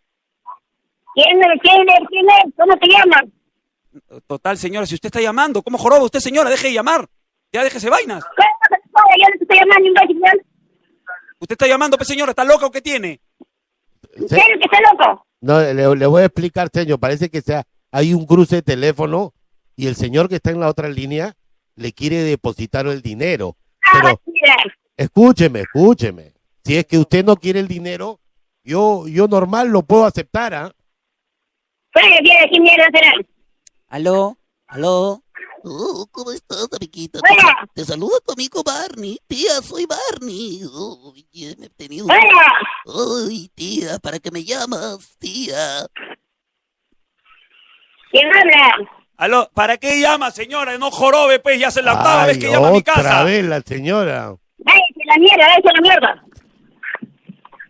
F: ¿Quién es? ¿Quién es? ¿Quién es? ¿Cómo te llamas?
A: Total, señora, si usted está llamando, ¿cómo joroba usted, señora? Deje de llamar. Ya déjese vainas.
F: ¿Qué cosa te pongo? Yo no te estoy llamando, imbécil.
A: Usted está llamando, pues, señora, ¿está loca o qué tiene?
B: Se-
F: ¿Quién es que está loco?
B: No, le, le voy a explicar, señor. Parece que sea, hay un cruce de teléfono y el señor que está en la otra línea le quiere depositar el dinero.
F: Ah,
B: Pero
F: mira.
B: escúcheme, escúcheme. Si es que usted no quiere el dinero, yo, yo normal lo puedo aceptar, ¿ah?
F: Fuera de mierda, ¿qué mierda será?
A: Aló, aló.
G: Oh, ¿cómo estás, amiguita? Te,
F: Hola.
G: te saluda tu amigo Barney. Tía, soy Barney. Oh, ya me he tenido...
F: Hola.
G: Ay, tía, ¿para qué me llamas, tía?
F: ¿Quién habla?
A: Aló, ¿para qué llama, señora? No jorobe, pues, ya se la octava vez
B: Ay,
A: que llama a mi
B: Otra
A: casa.
B: vez la señora.
F: Váyase a la mierda, váyase a la mierda.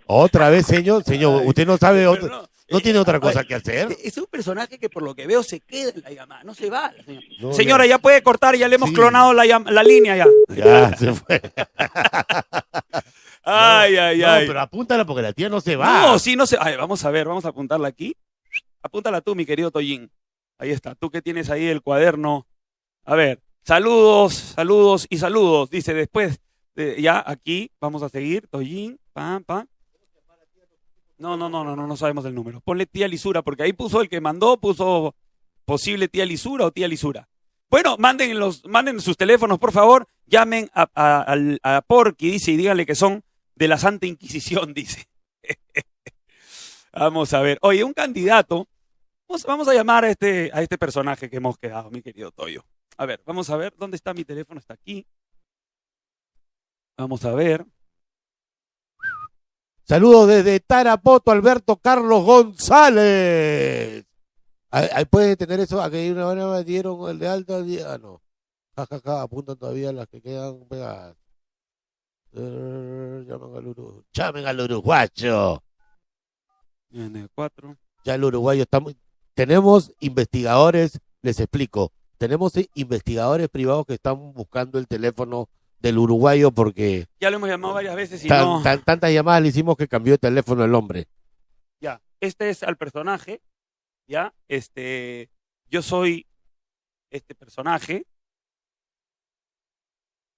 B: Otra vez, señor. Señor, usted no sabe,
A: pero
B: otra-
A: no.
B: no, tiene otra cosa
A: Ay,
B: que hacer.
A: Es un personaje que por lo que veo se queda en la llamada, no se va. la señora.
B: No,
A: Señora, ya puede cortar, ya le hemos
B: Sí.
A: clonado la, llam- la línea ya.
B: Ya se fue.
A: Ay, ay,
B: No,
A: ay.
B: pero apúntala porque la tía no se va.
A: No, sí, no sé. Ay, vamos a ver, vamos a apuntarla aquí. Apúntala tú, mi querido Toyin. Ahí está. Tú que tienes ahí el cuaderno. A ver, saludos, saludos y saludos. Dice después, eh, ya aquí vamos a seguir. Toyin, pam, pam. No, no, no, no, no, no sabemos el número. Ponle tía lisura, porque ahí puso el que mandó, puso posible tía lisura o tía lisura. Bueno, manden, los, manden sus teléfonos, por favor. Llamen a, a, al- a Porky, dice, y díganle que son de la Santa Inquisición, dice. Vamos a ver. Oye, un candidato. Vamos, vamos a llamar a este, a este personaje que hemos quedado, mi querido Toyo. A ver, vamos a ver. ¿Dónde está mi teléfono? Está aquí. Vamos a ver.
B: Saludos desde Tarapoto, Alberto Carlos González. Ahí- ahí puede tener eso, aquí una hora me dieron el de alta, di- ah, no. Ja, ja, ja, apuntan todavía las que quedan pegadas. Eh, Llamen al Uruguayo. Llamen al uruguayo.
A: En el 4.
B: Ya el uruguayo estamos. Tenemos investigadores, les explico. Tenemos eh, investigadores privados que están buscando el teléfono del uruguayo porque
A: Ya lo hemos llamado varias veces y
B: tan-
A: no.
B: tan- tantas llamadas le hicimos que cambió el teléfono el hombre.
A: Ya. Este es al personaje. Ya. Este. Yo soy este personaje.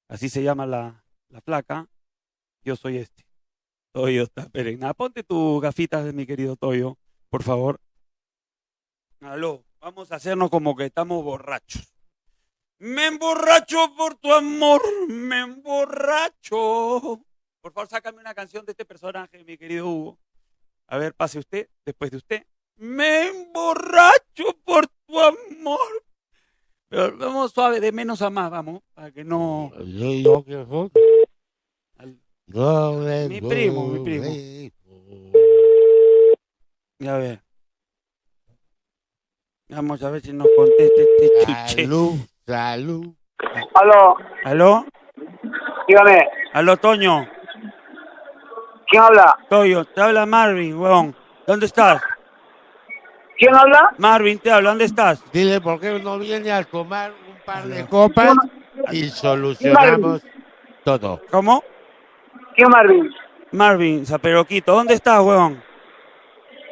A: Así se llama la, la placa. Yo soy este. Toyo está perena. Ponte tus gafitas, mi querido Toyo, por favor. Aló, vamos a hacernos como que estamos borrachos. Me emborracho por tu amor, me emborracho. Por favor, sácame una canción de este personaje, mi querido Hugo. A ver, pase usted, después de usted. Me emborracho por tu amor. Pero vamos suave, de menos a más, vamos, para que no...
B: Yo- yo que soy-
A: al- Mi
B: Mi
A: primo, mi primo. A ver. Vamos a ver si nos contesta este chuche.
B: Salud, salud.
H: Aló,
A: ¿Aló?
H: dígame,
A: ¿Aló, Toño?
H: ¿quién habla?
A: Toyo, te habla Marvin, huevón. ¿Dónde estás?
H: ¿Quién habla?
A: Marvin, te habla, ¿dónde estás?
B: Dile por qué no viene a tomar un par de copas y solucionamos todo.
A: ¿Cómo?
H: ¿Quién Marvin?
A: Marvin, Zaperoquito, ¿dónde estás, huevón?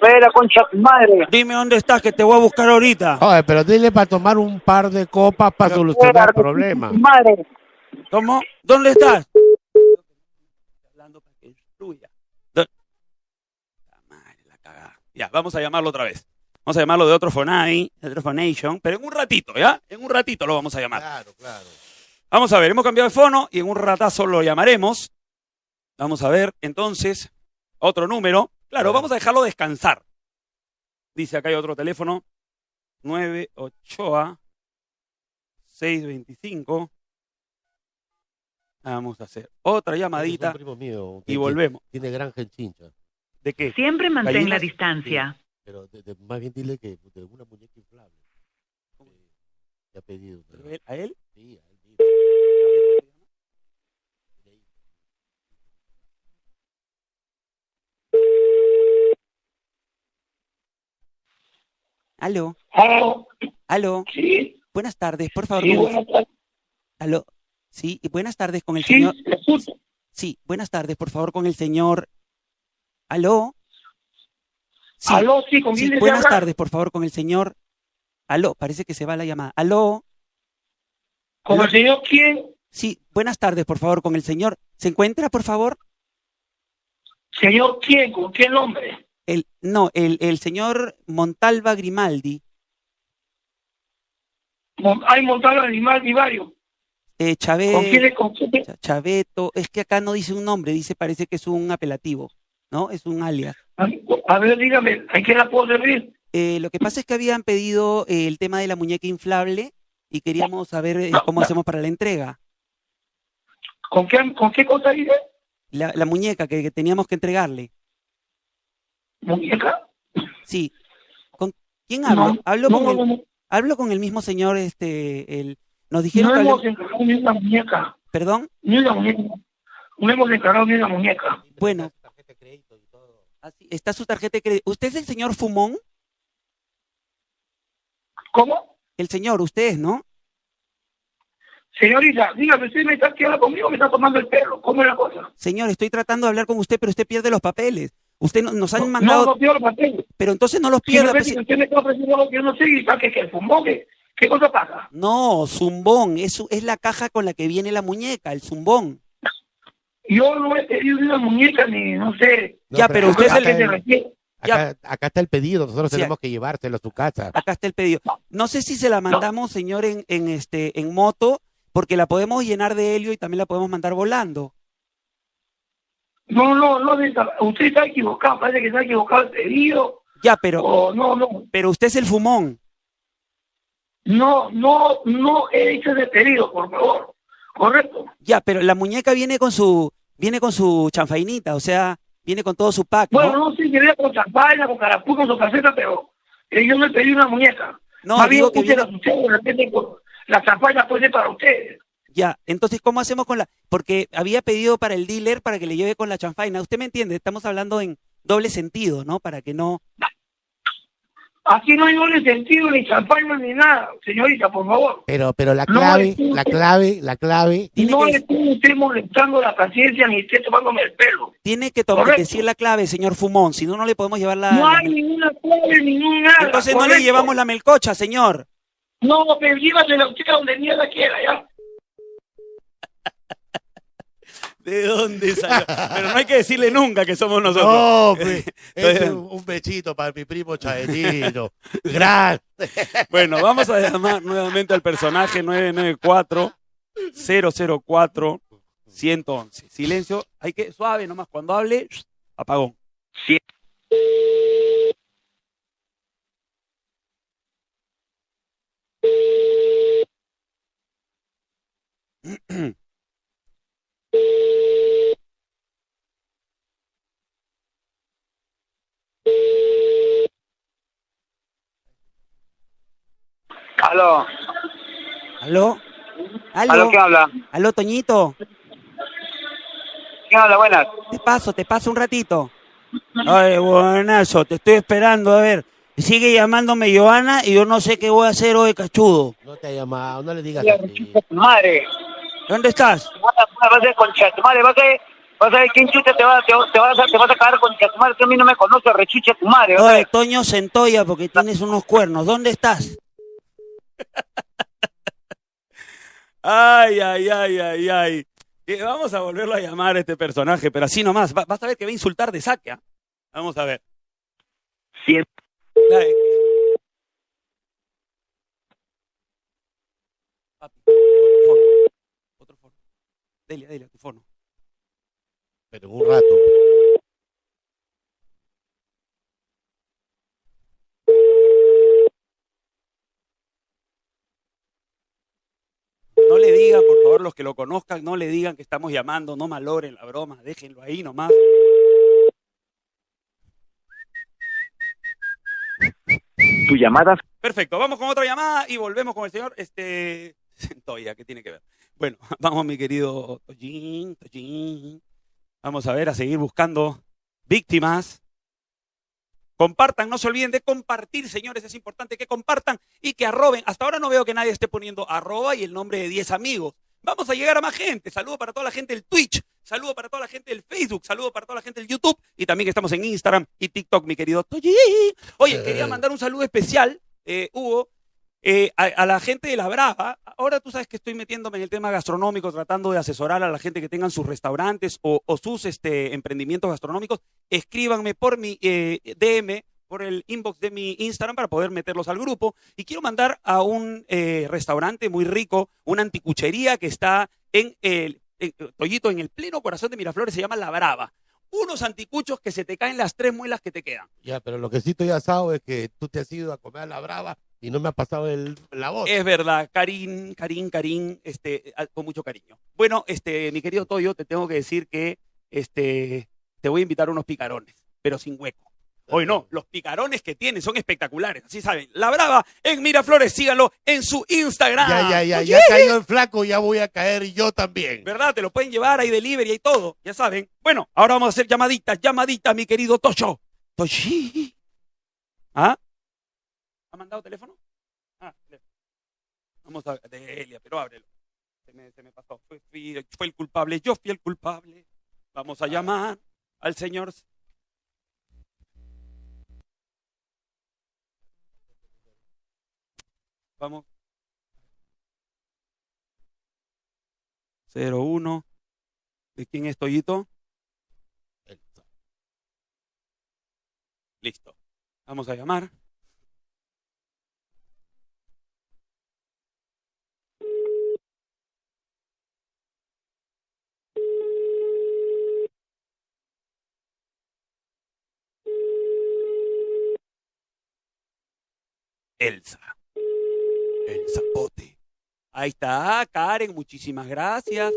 C: espera, concha de tu madre.
A: Dime dónde estás, que te voy a buscar ahorita.
B: Oye, pero dile para tomar un par de copas para solucionar el problema.
C: Tu Madre.
A: ¿Cómo? ¿Dónde estás? Hablando para que instruya. Do- La madre, la cagada. Ya, vamos a llamarlo otra vez. Vamos a llamarlo de otro Fonai, de otro Fonation, pero en un ratito, ¿ya? En un ratito lo vamos a llamar.
B: Claro, claro.
A: Vamos a ver, hemos cambiado de fono y en un ratazo lo llamaremos. Vamos a ver, entonces, otro número. Claro, vamos a dejarlo descansar. Dice acá hay otro teléfono. 98A 625. Vamos a hacer otra
B: Es
A: llamadita
B: un primo mío que
A: y volvemos.
B: Tiene granja en Chincha.
A: ¿De qué?
I: Siempre mantén
B: Gallinas,
I: la distancia.
B: Pero de- de- más bien dile que de una muñeca inflable. Eh, que ha pedido. pero-
A: ¿A él?
B: Sí, a él mismo.
A: Aló,
H: Aló,
A: aló.
H: sí,
A: Buenas tardes, por favor.
H: sí,
A: ¿cómo-
H: buenas tardes.
A: Aló. Sí, y buenas tardes con el
H: Sí,
A: señor.
H: le escucho.
A: Sí, buenas tardes, por favor, con el señor. Aló. Sí,
H: Aló, sí, ¿con
A: sí,
H: quién desea
A: buenas
H: hablar?
A: tardes, por favor, con el señor. Aló, parece que se va la llamada. Aló.
H: ¿Con el señor quién?
A: Sí, buenas tardes, por favor, con el señor. ¿Se encuentra, por favor?
H: ¿Señor quién? ¿Con qué nombre?
A: El, no, el, el señor Montalva Grimaldi,
H: Mon- Hay montado animal y varios.
A: eh,
H: ¿Con quién
A: Chávez,
H: es? ¿Con quién es?
A: Chaveto, es que acá no dice un nombre, dice, parece que es un apelativo, ¿no? Es un alias.
H: A a ver, dígame, ¿en qué la puedo servir?
A: Eh, lo que pasa es que habían pedido eh, el tema de la muñeca inflable y queríamos saber eh, cómo hacemos para la entrega.
H: ¿Con qué, con qué cosa dice?
A: La, la muñeca que, que teníamos que entregarle.
H: ¿Muñeca?
A: Sí. ¿Con quién hablo?
H: No,
A: hablo,
H: no,
A: con
H: no,
A: el,
H: no, no,
A: hablo con el mismo señor, este, el, nos
H: no
A: dijeron que
H: hemos
A: hable-
H: encargado ni una muñeca,
A: perdón,
H: ni una muñeca. No hemos encargado ni una muñeca.
A: bueno. Así, está su tarjeta de crédito. ¿Usted es el señor Fumón?
H: ¿Cómo?
A: El señor, usted es, ¿no?
H: Señorita, dígame, ¿usted me está quedando conmigo me está tomando el pelo? ¿Cómo es la cosa?
A: Señor, estoy tratando de hablar con usted, pero usted pierde los papeles. Usted no- nos han
H: No,
A: mandado,
H: no, pido los papeles.
A: pero entonces no los
H: Si no
A: pierda.
H: ve
A: pues,
H: que usted me está ofreciendo algo que yo no sé, y saque que el fumón, ¿qué, qué cosa pasa?
A: No, zumbón, es, su- es la caja con la que viene la muñeca, el zumbón.
H: Yo no he pedido ni una muñeca, ni no sé.
B: No,
A: Ya, pero usted es
H: ¿A qué se
B: acá-
H: refiere?
B: Acá, acá está el pedido, nosotros
A: Sí,
B: tenemos que llevárselo a su casa.
A: Acá está el pedido. No sé si se la mandamos, señor, en, en, este, en moto, porque la podemos llenar de helio y también la podemos mandar volando.
H: No, no, no, usted está equivocado, parece que está equivocado el pedido.
A: Ya, pero,
H: Oh, no, no,
A: pero usted es el fumón.
H: no, no, no he hecho ese pedido, por favor. Correcto.
A: Ya, pero la muñeca viene con su, viene con su chanfainita, o sea, viene con todo su pack, ¿no?
H: Bueno, no sé si era con champaña, con carapú, con su caseta, pero eh, yo me pedí una muñeca.
A: No,
H: Más bien,
A: digo que
H: ustedes,
A: viene-
H: ustedes, de repente, con- la champaña puede ser para ustedes.
A: Ya, entonces, ¿cómo hacemos con la...? Porque había pedido para el dealer para que le lleve con la chanfaina. Usted me entiende, estamos hablando en doble sentido, ¿no? Para que no...
H: Aquí no hay doble sentido, ni champaña, ni nada. Señorita, por favor.
B: Pero, pero la
H: No,
B: clave,
H: es que-
B: la clave, la clave.
A: Tiene
H: no
A: que-
H: le esté usted molestando la paciencia ni esté tomándome el pelo.
A: Tiene que tomar,
H: Correcto.
A: decir la clave, señor Fumón, si no, Ah, no le podemos llevar la...
H: No
A: la
H: hay
A: mel-
H: ninguna clave, ningún nada.
A: Entonces no le
H: correcto.
A: llevamos la melcocha, señor.
H: No, pero llévatela usted a donde mierda quiera, ya.
A: ¿De dónde salió? Pero no hay que decirle nunca que somos
B: No, pues, es
A: Entonces-
B: un, un besito para mi primo Chaetino. Gran.
A: Bueno, vamos a llamar nuevamente al personaje 994-004-111. Silencio, hay que... Suave nomás, cuando hable, apagón.
C: Aló.
A: ¿Aló?
C: Aló,
A: ¿Aló?
C: ¿quién habla?
A: ¿Aló, Toñito?
C: ¿Quién habla? Buenas.
A: Te paso, te paso un ratito. Ay, buenazo, te estoy esperando. A ver, sigue llamándome Joana y yo no sé qué voy a hacer hoy, cachudo.
B: No te ha llamado, no le digas
C: Mira,
B: así.
C: concha de tu Madre.
A: ¿Dónde estás?
C: Vas a vas a ser concha de tu madre. Vas a,
H: ¿Vas a ver quién chucha te va, te, te vas, a, te vas a cagar con tu madre? Tú a mí no me conoces, rechucha tu madre. ¿vas a
J: Oye,
H: ver?
J: Toño Centoya, porque tienes unos cuernos. ¿Dónde estás?
A: Ay, ay, ay, ay, ay. Eh, vamos a volverlo a llamar a este personaje, pero así nomás. Va- vas a ver que va a insultar de saque. ¿ah? Vamos a ver.
D: Siempre.
A: La- eh. Papi, otro fono. Otro fono. Dele, dele, a tu fono.
B: Pero en un rato.
A: No le digan, por favor, los que lo conozcan, no le digan que estamos llamando, no maloren la broma, déjenlo ahí nomás.
D: Tu llamada
A: Perfecto, vamos con otra llamada y volvemos con el señor este Centoya, que tiene que ver. Bueno, vamos mi querido Toyin, Toyin. Vamos a ver, a seguir buscando víctimas. Compartan, no se olviden de compartir, señores, es importante que compartan y que arroben. Hasta ahora no veo que nadie esté poniendo arroba y el nombre de 10 amigos. Vamos a llegar a más gente. Saludo para toda la gente del Twitch, saludo para toda la gente del Facebook, saludo para toda la gente del YouTube y también que estamos en Instagram y TikTok, mi querido Toyin. Oye, quería mandar un saludo especial eh, Hugo, eh, a, a la gente de La Brava, ahora tú sabes que estoy metiéndome en el tema gastronómico, tratando de asesorar a la gente que tengan sus restaurantes o, o sus este, emprendimientos gastronómicos, escríbanme por mi eh, DM, por el inbox de mi Instagram para poder meterlos al grupo. Y quiero mandar a un eh, restaurante muy rico, una anticuchería que está en el, en- eh, Toyito, en el pleno corazón de Miraflores, se llama La Brava. Unos anticuchos que se te caen las tres muelas que te quedan.
B: Ya, pero lo que sí estoy asado es que tú te has ido a comer a la brava y no me ha pasado el, la voz.
A: Es verdad, Karim, Karim, Karim, este, a- con mucho cariño. Bueno, este, mi querido Toyo, te tengo que decir que este, te voy a invitar a unos picarones, pero sin hueco. Hoy no, los picarones que tienen son espectaculares, así saben. La Brava en Miraflores, síganlo en su Instagram.
B: Ya, ya, ya, ya cayó en flaco, ya voy a caer yo también.
A: ¿Verdad? Te lo pueden llevar, hay delivery, hay todo, ya saben. Bueno, ahora vamos a hacer llamaditas, llamaditas, mi querido Toyo. Toyi. ¿Ah? ¿Ha mandado teléfono? Ah, teléfono. Vamos a Delia, pero ábrelo. Se me, se me pasó. Fue, fui- fue el culpable, yo fui el culpable. Vamos a llamar al señor. Vamos. 01. ¿De quién es Toyito? Listo. Vamos a llamar. Elsa. El zapote. Ahí está, Karen, muchísimas gracias.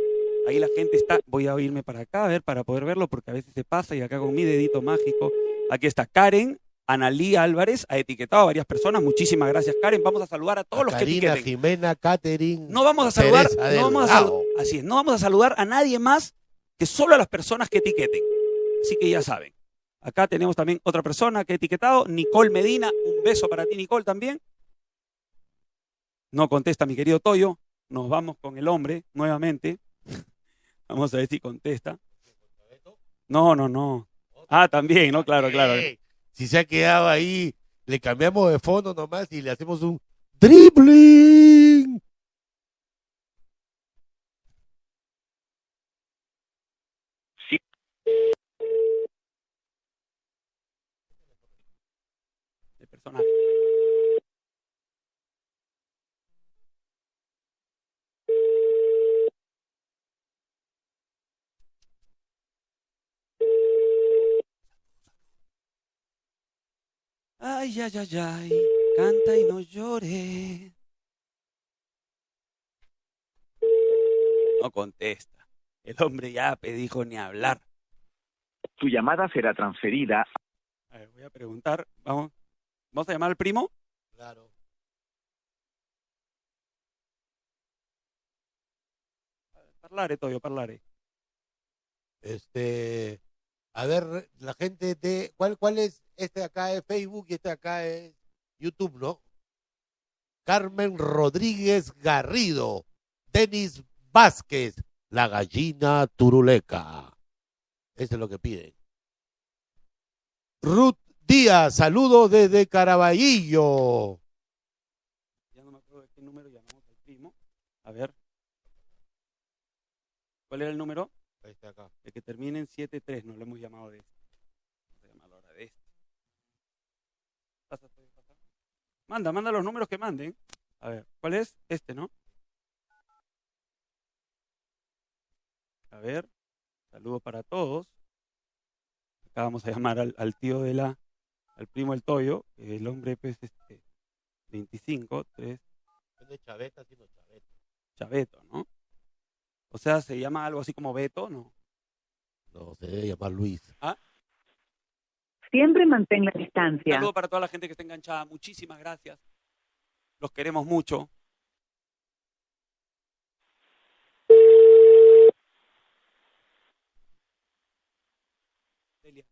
A: Ahí la gente está. Voy a irme para acá, a ver, para poder verlo, porque a veces se pasa y acá con mi dedito mágico. Aquí está Karen. Analí Álvarez ha etiquetado a varias personas. Muchísimas gracias, Karen. Vamos a saludar a todos
B: A
A: los que
B: Karina,
A: etiqueten.
B: Jimena, Catherine.
A: No vamos a saludar,
B: Teresa
A: no vamos a
B: Delgado.
A: salu- así es, no vamos a saludar a nadie más que solo a las personas que etiqueten. Así que ya saben. Acá tenemos también otra persona que ha etiquetado, Nicole Medina. Un beso para ti, Nicole, también. No contesta mi querido Toyo. Nos vamos con el hombre nuevamente. Vamos a ver si contesta. No, no, no. Ah, también, ¿no? Claro, claro.
B: Eh, Si se ha quedado ahí, le cambiamos de fondo nomás y le hacemos un dribbling.
A: de personaje. Ay, ay, ay, ay, canta y no llores. No contesta. El hombre ya pe- dijo ni hablar.
D: Tu llamada será transferida.
A: A ver, voy a preguntar. Vamos, ¿vamos a llamar al primo?
B: Claro.
A: Parlare, Toyo, parlare.
B: Este, a ver, la gente de. ¿Cuál, cuál es? Este de acá es Facebook y este de acá es YouTube, ¿no? Carmen Rodríguez Garrido. Denis Vázquez. La gallina turuleca. Eso es lo que piden. Ruth Díaz, saludos desde Caraballo.
A: Ya no me acuerdo de qué número llamamos al primo. A ver. ¿Cuál era el número?
B: Ahí está acá.
A: El que termina en 7-3, no lo hemos llamado de este. Vamos a llamarlo ahora de este. Pasa, pasa, pasa. Manda, manda los números que manden. A ver, ¿cuál es? Este, ¿no? A ver, saludos para todos. Acá vamos a llamar al, al tío de la, al primo El Toyo, que el hombre pues este, 25, 3,
B: Chaveta, sino Chaveta.
A: Chaveto, ¿no? O sea, se llama algo así como Beto, ¿no?
B: No, se debe llamar Luis.
C: Siempre mantén la distancia.
A: Saludo para toda la gente que está enganchada. Muchísimas gracias. Los queremos mucho. Delia.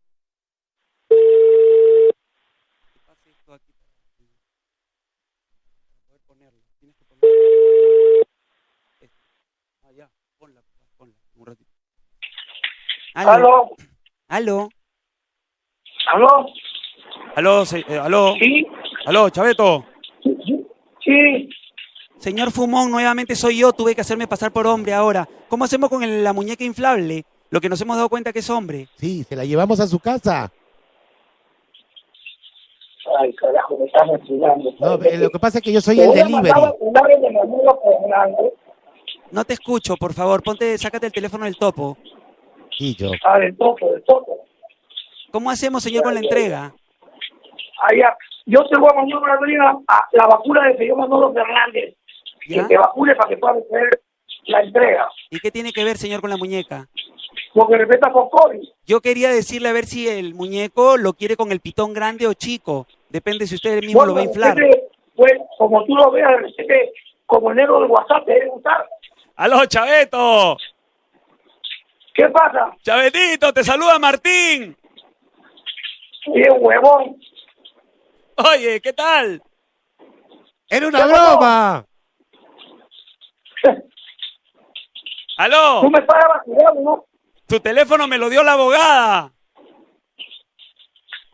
A: Que pase esto aquí para que- para poder ponerlo. Tienes que ponerlo. Esto. Ah, ya. Ponla, ponla. Un ratito.
J: Aló.
H: ¿Aló?
J: Aló.
H: ¿Aló?
A: Aló, se- eh, aló,
H: Sí,
A: aló, Chaveto.
H: sí.
J: Señor Fumón, nuevamente soy yo. Tuve que hacerme pasar por hombre ahora. ¿Cómo hacemos con el- la muñeca inflable? Lo que nos hemos dado cuenta que es hombre.
B: Sí, se la llevamos a su casa.
F: Ay, carajo, me están estudiando.
B: No, eh, lo que pasa es que yo soy el delivery.
J: No te escucho, por favor. Ponte, sácate el teléfono del topo.
B: Y yo.
H: Ah, del toque, del toque.
J: ¿Cómo hacemos, señor, con la entrega?
H: Allá. Yo te voy a mandar una briga a la vacuna del señor Manolo Fernández.
J: ¿Ya?
H: Que te vacune para que puedas tener la entrega.
J: ¿Y qué tiene que ver, señor, con la muñeca?
H: Porque respeta con COVID.
J: Yo quería decirle a ver si el muñeco lo quiere con el pitón grande o chico. Depende si usted mismo lo va a inflar.
H: respete, Pues, como tú lo veas, respete, como el negro del WhatsApp te debe gustar.
A: Aló, Chaveto.
H: ¿Qué pasa?
A: Chavetito, te saluda Martín.
H: Bien, huevón.
A: Oye, ¿qué tal?
B: ¡Era una
H: ¿Qué pasó?
B: broma!
A: Aló,
H: Tú me estás vacilando, ¿no?
A: tu teléfono me lo dio la abogada,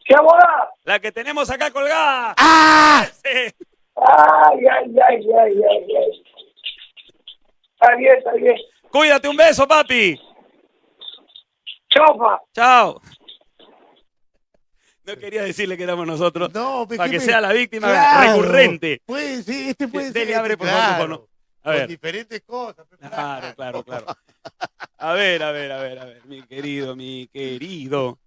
H: ¿Qué abogada?
A: la que tenemos acá colgada.
B: ¡Ah!
A: Sí.
H: Ay, ay, ay, ay, ay, ay. Está bien, está bien.
A: Cuídate, un beso, papi.
H: Chofa.
A: Chao. No quería decirle que éramos nosotros.
B: No,
A: Para que
B: me-
A: sea la víctima
B: Claro.
A: recurrente.
B: Pues sí, este puede
A: Dele,
B: ser.
A: abre, por favor,
B: claro,
A: por favor. A
B: con
A: ver.
B: diferentes cosas. pues,
A: Claro, claro, claro. A ver, a ver, a ver, a ver. Mi querido, mi querido.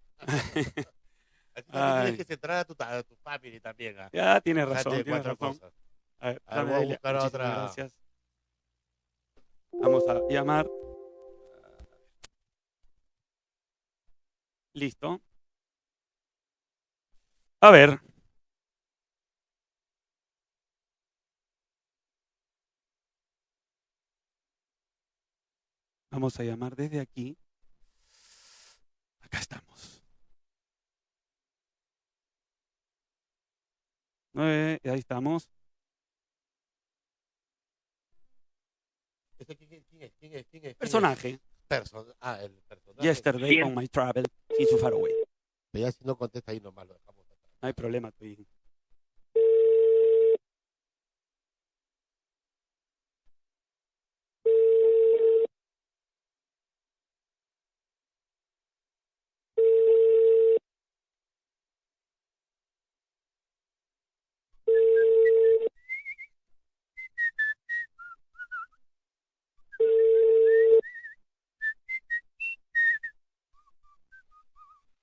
B: Así también
A: Ay.
B: tienes que centrar a tu, a tu familia también. ¿ah?
A: Ya tienes
B: Date
A: razón, tienes
B: cuatro
A: razón.
B: cosas.
A: A ver,
B: A
A: dame,
B: ver, Ah, voy a
A: Delia.
B: buscar a
A: Muchísimas
B: otra.
A: Gracias. Vamos a llamar. Listo. A ver. Vamos a llamar desde aquí. Acá estamos. Nueve, ahí estamos.
B: ¿Este ¿Quién es? ¿Quién es? ¿Quién es? ¿Quién es?
A: Personaje.
B: Person- ah, el personaje.
A: Yesterday on my travel, sin su faraway.
B: Ya si no contesta ahí nomás lo dejamos. acá.
A: No hay problema, Twin.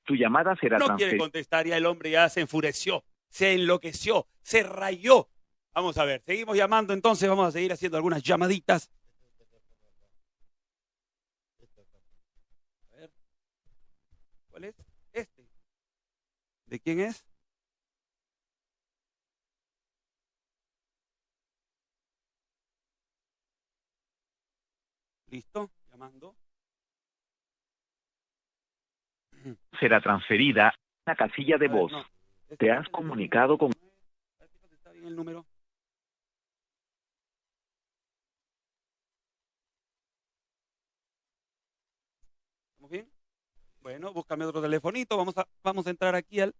K: Tu llamada será
A: No quiere
K: transferida.
A: contestar, ya el hombre ya se enfureció, se enloqueció, se rayó. Vamos a ver, seguimos llamando entonces, vamos a seguir haciendo algunas llamaditas. A ver. ¿Cuál es? Este. ¿De quién es? Listo, llamando.
K: Será transferida a la casilla de
A: A ver,
K: voz.
A: no. Este
K: Te
A: no
K: has
A: es el
K: comunicado
A: número.
K: con-
A: A ver si contesta bien el número. ¿Estamos bien? Bueno, búscame otro telefonito. Vamos a, vamos a entrar aquí al.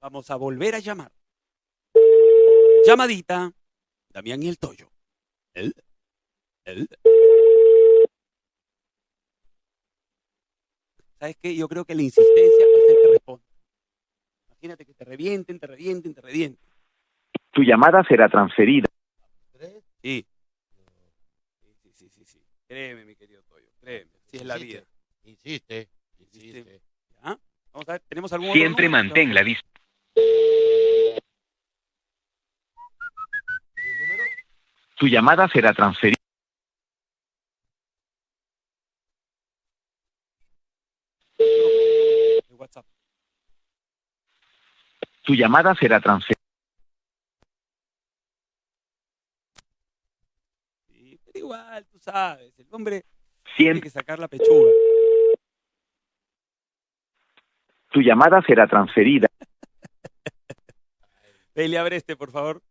A: Vamos a volver a llamar. Llamadita. Damián y el Toyo. ¿El? ¿El? ¿Sabes qué? Yo creo que la insistencia hace que responda. Imagínate que te revienten, te revienten, te revienten.
K: Tu llamada será transferida.
B: ¿Tres?
A: Sí. Sí, sí, sí, sí. Créeme, mi querido Toyo. Créeme. Si es la vida.
B: Insiste,
A: Insiste. ¿Ya? Vamos a ver, ¿tenemos algún otro
K: Siempre
A: número?
K: mantén la distancia. Tu llamada será transferida.
A: De WhatsApp.
K: Tu llamada será transferida.
A: Sí, pero igual, tú sabes. El hombre tiene
K: Siempre
A: que sacar la pechuga.
K: tu llamada será transferida.
A: Delia Breste, este, por favor,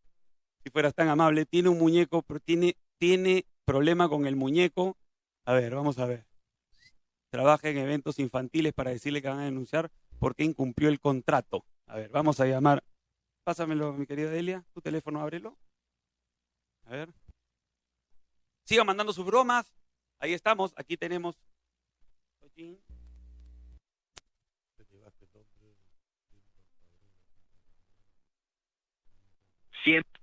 A: si fueras tan amable. Tiene un muñeco, pero tiene, tiene problema con el muñeco. A ver, vamos a ver. Trabaja en eventos infantiles para decirle que van a denunciar porque incumplió el contrato. A ver, vamos a llamar. Pásamelo, mi querida Delia. Tu teléfono, ábrelo. A ver. Siga mandando sus bromas. Ahí estamos. Aquí tenemos.
K: Siempre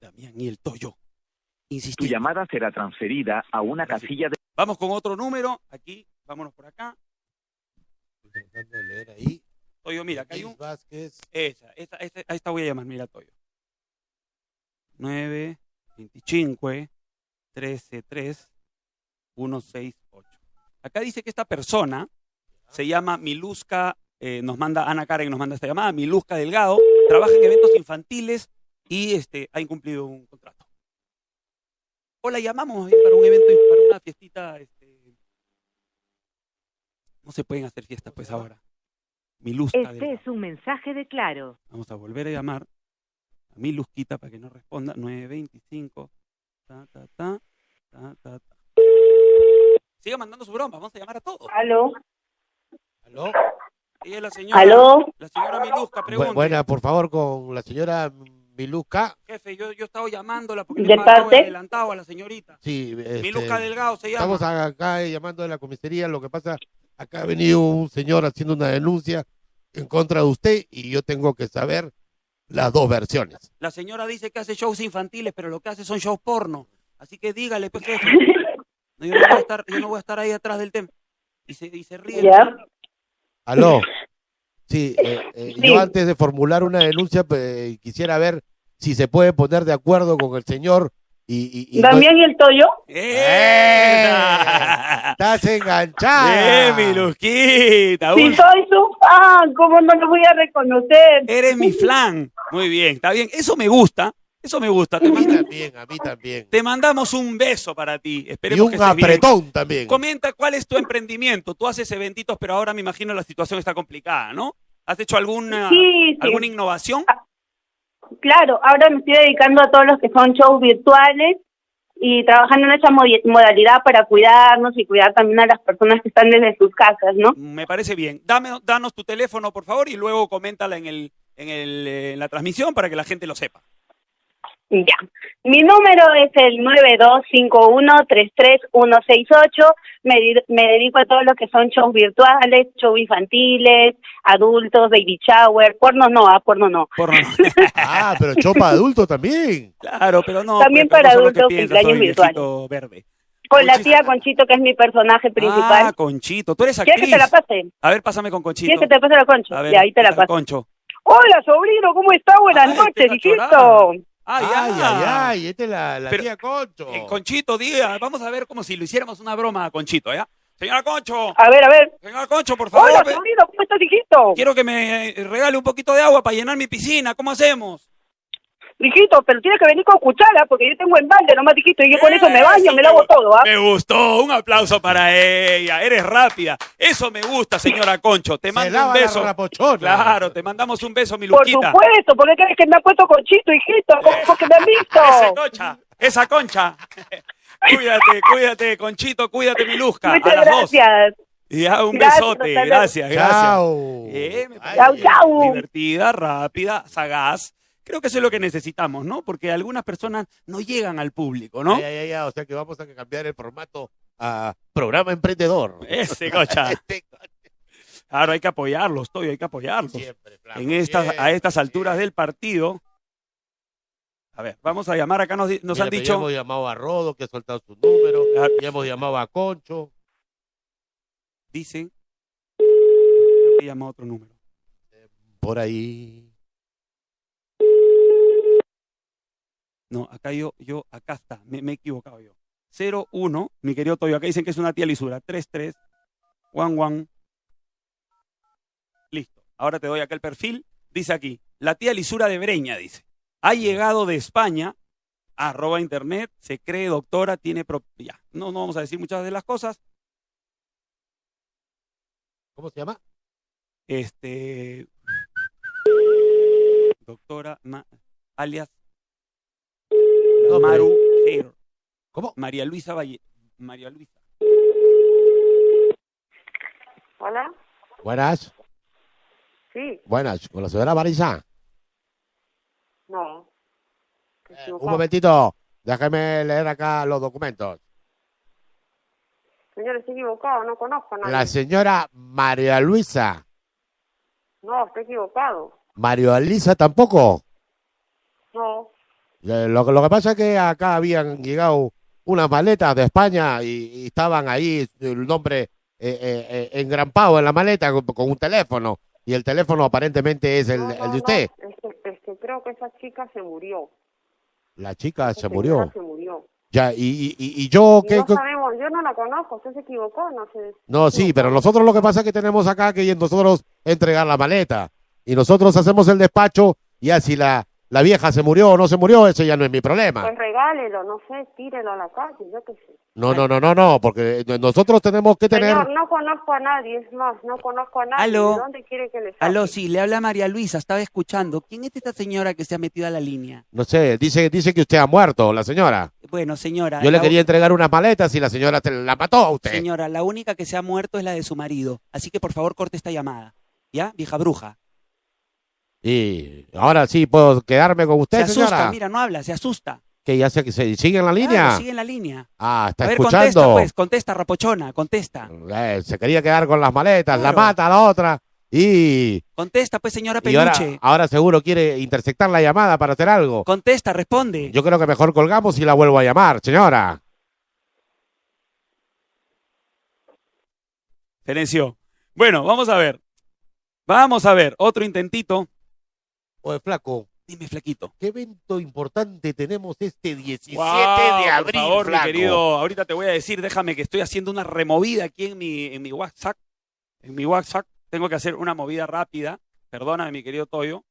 A: Damián y el Toyo.
K: tu
A: Insistiendo.
K: llamada será transferida a una casilla de
A: Vamos con otro número. Aquí, vámonos por acá.
B: Estoy tratando de leer ahí.
A: Toyo, mira, acá hay
B: Luis
A: un.
B: Vázquez.
A: Esa, esa, esa, a esta voy a llamar, mira, Toyo. 9, 25, 13, 3, 1, 6, 8. Acá dice que esta persona se llama Miluska, eh, nos manda Ana Karen, nos manda esta llamada, Miluska Delgado, trabaja en eventos infantiles y este, ha incumplido un contrato. O la llamamos eh, para un evento, para una fiestita. Este... No se pueden hacer fiestas, pues ahora. Miluska
C: Este es un mensaje de Claro.
A: Vamos a volver a llamar a mi Luzquita para que no responda. 925. Ta, ta, ta, ta, ta, ta. Siga mandando su broma, vamos a llamar a todos.
E: ¿Aló?
B: ¿Aló?
A: Ella es la señora.
F: ¿Aló?
A: La señora Milusca, pregunta.
B: Bu- Buena, por favor, con la señora Miluca.
A: Jefe, yo, yo he estado llamándola porque
F: ¿De
A: le he pagado
F: parte?
A: adelantado a la señorita.
B: Sí, este,
A: Miluca Delgado se llama.
B: Estamos acá eh, llamando de la comisaría. Lo que pasa, acá ha venido un señor haciendo una denuncia en contra de usted y yo tengo que saber las dos versiones.
A: La señora dice que hace shows infantiles, pero lo que hace son shows porno. Así que dígale, pues, jefe. No, yo, no voy a estar, yo no voy a estar ahí atrás del tema. Y se, y se ríe.
F: Ya.
B: Aló. Sí, eh, eh,
F: Sí.
B: yo antes de formular una denuncia pues, quisiera ver si se puede poner de acuerdo con el señor y... y- y no-
F: Damián y el Toyo.
A: ¡Eh!
B: estás enganchada.
A: ¡Eh, mi Luzquita!
F: Si
A: Uy,
F: Ah. soy su fan, ¿cómo no lo voy a reconocer?
A: Eres mi flan. Muy bien, está bien. Eso me gusta. Eso me gusta. Te,
B: A mí
A: manda-
B: también, a mí también.
A: te mandamos un beso para ti.
B: Y
A: Esperemos que
B: un
A: estés bien.
B: apretón también.
A: Comenta cuál es tu emprendimiento. Tú haces eventitos, pero ahora me imagino la situación está complicada, ¿no? ¿Has hecho
B: Eh,
A: alguna,
F: Sí, Ah. sí.
A: alguna innovación?
F: Claro, ahora me estoy dedicando a todos los que son shows virtuales y trabajando en esa modi- modalidad para cuidarnos y cuidar también a las personas que están desde sus casas, ¿no?
A: Me parece bien. Dame, danos tu teléfono, por favor, y luego coméntala en, el, en, el, eh, en la transmisión para que la gente lo sepa.
F: Ya. Mi número es el 9251-33168. Me, di- me dedico a todo lo que son shows virtuales, shows infantiles, adultos, baby shower, porno no, a porno no.
A: Por no-
B: Ah, pero chopa adulto también.
A: claro, pero no.
F: También
A: pero no
F: para
A: son lo que
F: adultos,
A: piensas, soy
F: cumpleaños virtuales.
A: viejito verde.
F: Con la
A: Muchísimas-
F: tía Conchito, que es mi personaje
A: Ah,
F: principal.
A: Conchito, tú eres
F: ¿Quieres
A: actriz.
F: que te la pase?
A: A ver, pásame con Conchito.
F: ¿Quieres que te pase la Concho?
A: A ver,
F: Ya, ahí
A: ¿qué
F: te la
A: tal,
F: paso.
A: Concho.
F: Hola, sobrino, ¿cómo está? Buenas
A: Ay,
C: este,
F: noches,
A: qué
F: hijito.
A: cachorada. Ay,
B: ay, ay,
A: ya.
B: ay, esta es la, la
A: Pero-
B: tía Concho.
A: Eh, Conchito, diga, vamos a ver como si lo hiciéramos una broma a Conchito, ¿ya? Señora Concho,
L: A ver, a ver.
A: señora Concho, por favor.
L: Hola,
A: ve-
L: sobrino, ¿cómo estás, hijito?
A: Quiero que me eh, regale un poquito de agua para llenar mi piscina. ¿Cómo hacemos?
L: Hijito, pero tienes que venir con cuchara porque yo tengo el balde nomás, hijito, y yo con
I: Eh,
L: eso me baño, me lavo todo, ¿ah?
A: Me gustó. Un aplauso para ella. Eres rápida. Eso me gusta, señora Concho. Te mando un
B: lava la
A: beso.
B: rapochona.
A: Claro, te mandamos un beso, mi
L: Por
A: Luquita.
L: supuesto, porque crees que me ha puesto conchito, hijito, porque me han
A: Esa
L: visto.
A: concha. Esa concha. cuídate, cuídate, Conchito. Cuídate, mi Luzca.
L: Muchas
A: a las dos.
L: gracias.
A: Y ya, un
L: Gracias,
A: besote.
L: hasta luego.
A: Gracias, gracias.
B: Chao.
A: Eh, me
L: Chau,
A: parece
L: chau.
A: Divertida, rápida, sagaz. Creo que eso es lo que necesitamos, ¿no? Porque algunas personas no llegan al público, ¿no?
B: Ay, ay, ay, ay, o sea que vamos a cambiar el formato a programa emprendedor.
A: Ese cocha.
B: Este,
A: Claro, hay que apoyarlos, Toyo, hay que apoyarlos.
B: siempre, flaco,
A: en estas, a
B: siempre,
A: estas alturas
B: siempre.
A: del partido. A ver, vamos a llamar. Acá nos, di- nos
B: Mira,
A: han
B: pero ya
A: dicho.
B: hemos llamado a Rodo, que ha soltado su número.
A: Claro.
B: Ya hemos llamado a Concho.
A: Dicen. Creo que llamó otro número.
B: Por ahí.
A: No, acá yo, yo, acá está. Me, me he equivocado yo. 01, mi querido Toyo. Acá dicen que es una tía lisura. 33, Juan Juan. Listo. Ahora te doy acá el perfil. Dice aquí, la tía lisura de Breña, dice. Ha llegado de España, arroba internet, se cree doctora, tiene propiedad. No, no vamos a decir muchas de las cosas.
B: ¿Cómo se llama?
A: Este. Doctora Ma- alias
B: Nombre.
A: Maru Gero.
B: ¿Cómo?
A: María Luisa Valle. María Luisa.
L: Hola,
B: Buenas.
L: sí,
B: Buenas. Con la señora Marisa.
L: no.
B: Eh, Un momentito. Déjeme leer acá los documentos.
L: Señor, estoy equivocado, no conozco a
B: La señora María Luisa.
L: No, estoy equivocado.
B: María Luisa tampoco.
L: No,
B: Eh, Lo, que- lo que pasa es que acá habían llegado unas maletas de España y, y estaban ahí el nombre eh, eh, eh, engrampado en la maleta con, con un teléfono. Y el teléfono aparentemente es el, el de usted.
L: creo que esa chica se murió.
B: La chica se murió.
L: Se murió.
B: Ya, y, y, y- y yo, ¿qué, qué-
L: sabemos, yo no la conozco, usted se equivocó, no sé.
B: No, sí, pero nosotros lo que pasa es que tenemos acá que nosotros entregar la maleta. Y nosotros hacemos el despacho. Y así la, la vieja se murió o no se murió, eso ya no es mi problema.
L: Pues regálelo, no sé, tírelo a la calle, yo qué sé.
B: No, no, no, no, no, porque nosotros tenemos que tener.
L: Señor, no conozco a nadie, es más, no conozco a nadie.
J: Aló.
L: ¿De dónde quiere que le saque?
J: Aló, sí, le habla María Luisa, estaba escuchando. ¿Quién es esta señora que se ha metido a la línea?
B: No sé, dice, dice que usted ha muerto, la señora.
J: Bueno, señora.
B: Yo le
J: la-
B: quería entregar unas maletas y la señora te la mató a usted.
J: Señora, la única que se ha muerto es la de su marido. Así que por favor corte esta llamada. ¿Ya? Vieja bruja.
B: Y ahora sí puedo quedarme con usted,
J: Se asusta,
B: señora.
J: mira, no habla, se asusta.
B: Que ya sé que se sigue en la línea.
J: Claro, sigue en la línea.
B: Ah, está
J: A ver, contesta,
B: escuchando.
J: pues, contesta, rapochona, contesta.
B: Eh, se quería quedar con las maletas, la
J: Claro.
B: mata a la otra. Y,
J: Contesta, pues, señora
B: y ahora,
J: Peluche.
B: ahora seguro quiere interceptar la llamada para hacer algo.
J: Contesta, responde.
B: Yo creo que mejor colgamos y la vuelvo a llamar, señora.
A: Silencio. Bueno, vamos a ver. Vamos a ver. Otro intentito.
B: Oye, flaco,
A: Dime, flaquito.
B: ¿qué evento importante tenemos este 17
A: Guau,
B: de abril,
A: Por favor,
B: flaco?
A: mi querido. Ahorita te voy a decir, déjame que estoy haciendo una removida aquí en mi, en mi WhatsApp. En mi WhatsApp tengo que hacer una movida rápida. Perdóname, mi querido Toyo.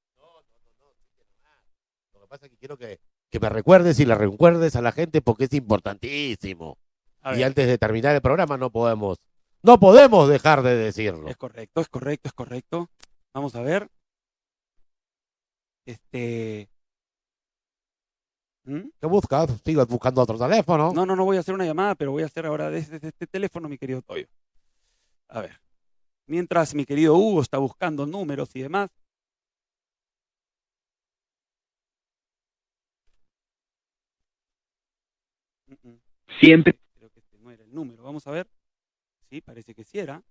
B: Lo que pasa es que quiero que, que me recuerdes y le recuerdes a la gente porque es importantísimo.
A: A
B: Y
A: ver,
B: antes de terminar el programa no podemos, no podemos dejar de decirlo.
A: es correcto, es correcto, es correcto. Vamos a ver. Este. ¿Mm?
B: ¿Qué buscas? Sigas buscando otro teléfono.
A: No, no, no voy a hacer una llamada, pero voy a hacer ahora desde, desde este teléfono, mi querido Toyo. A ver. Mientras mi querido Hugo está buscando números y demás. Mm, mm,
K: Siempre.
A: Creo que este no era el número. Vamos a ver. Sí, parece que sí era.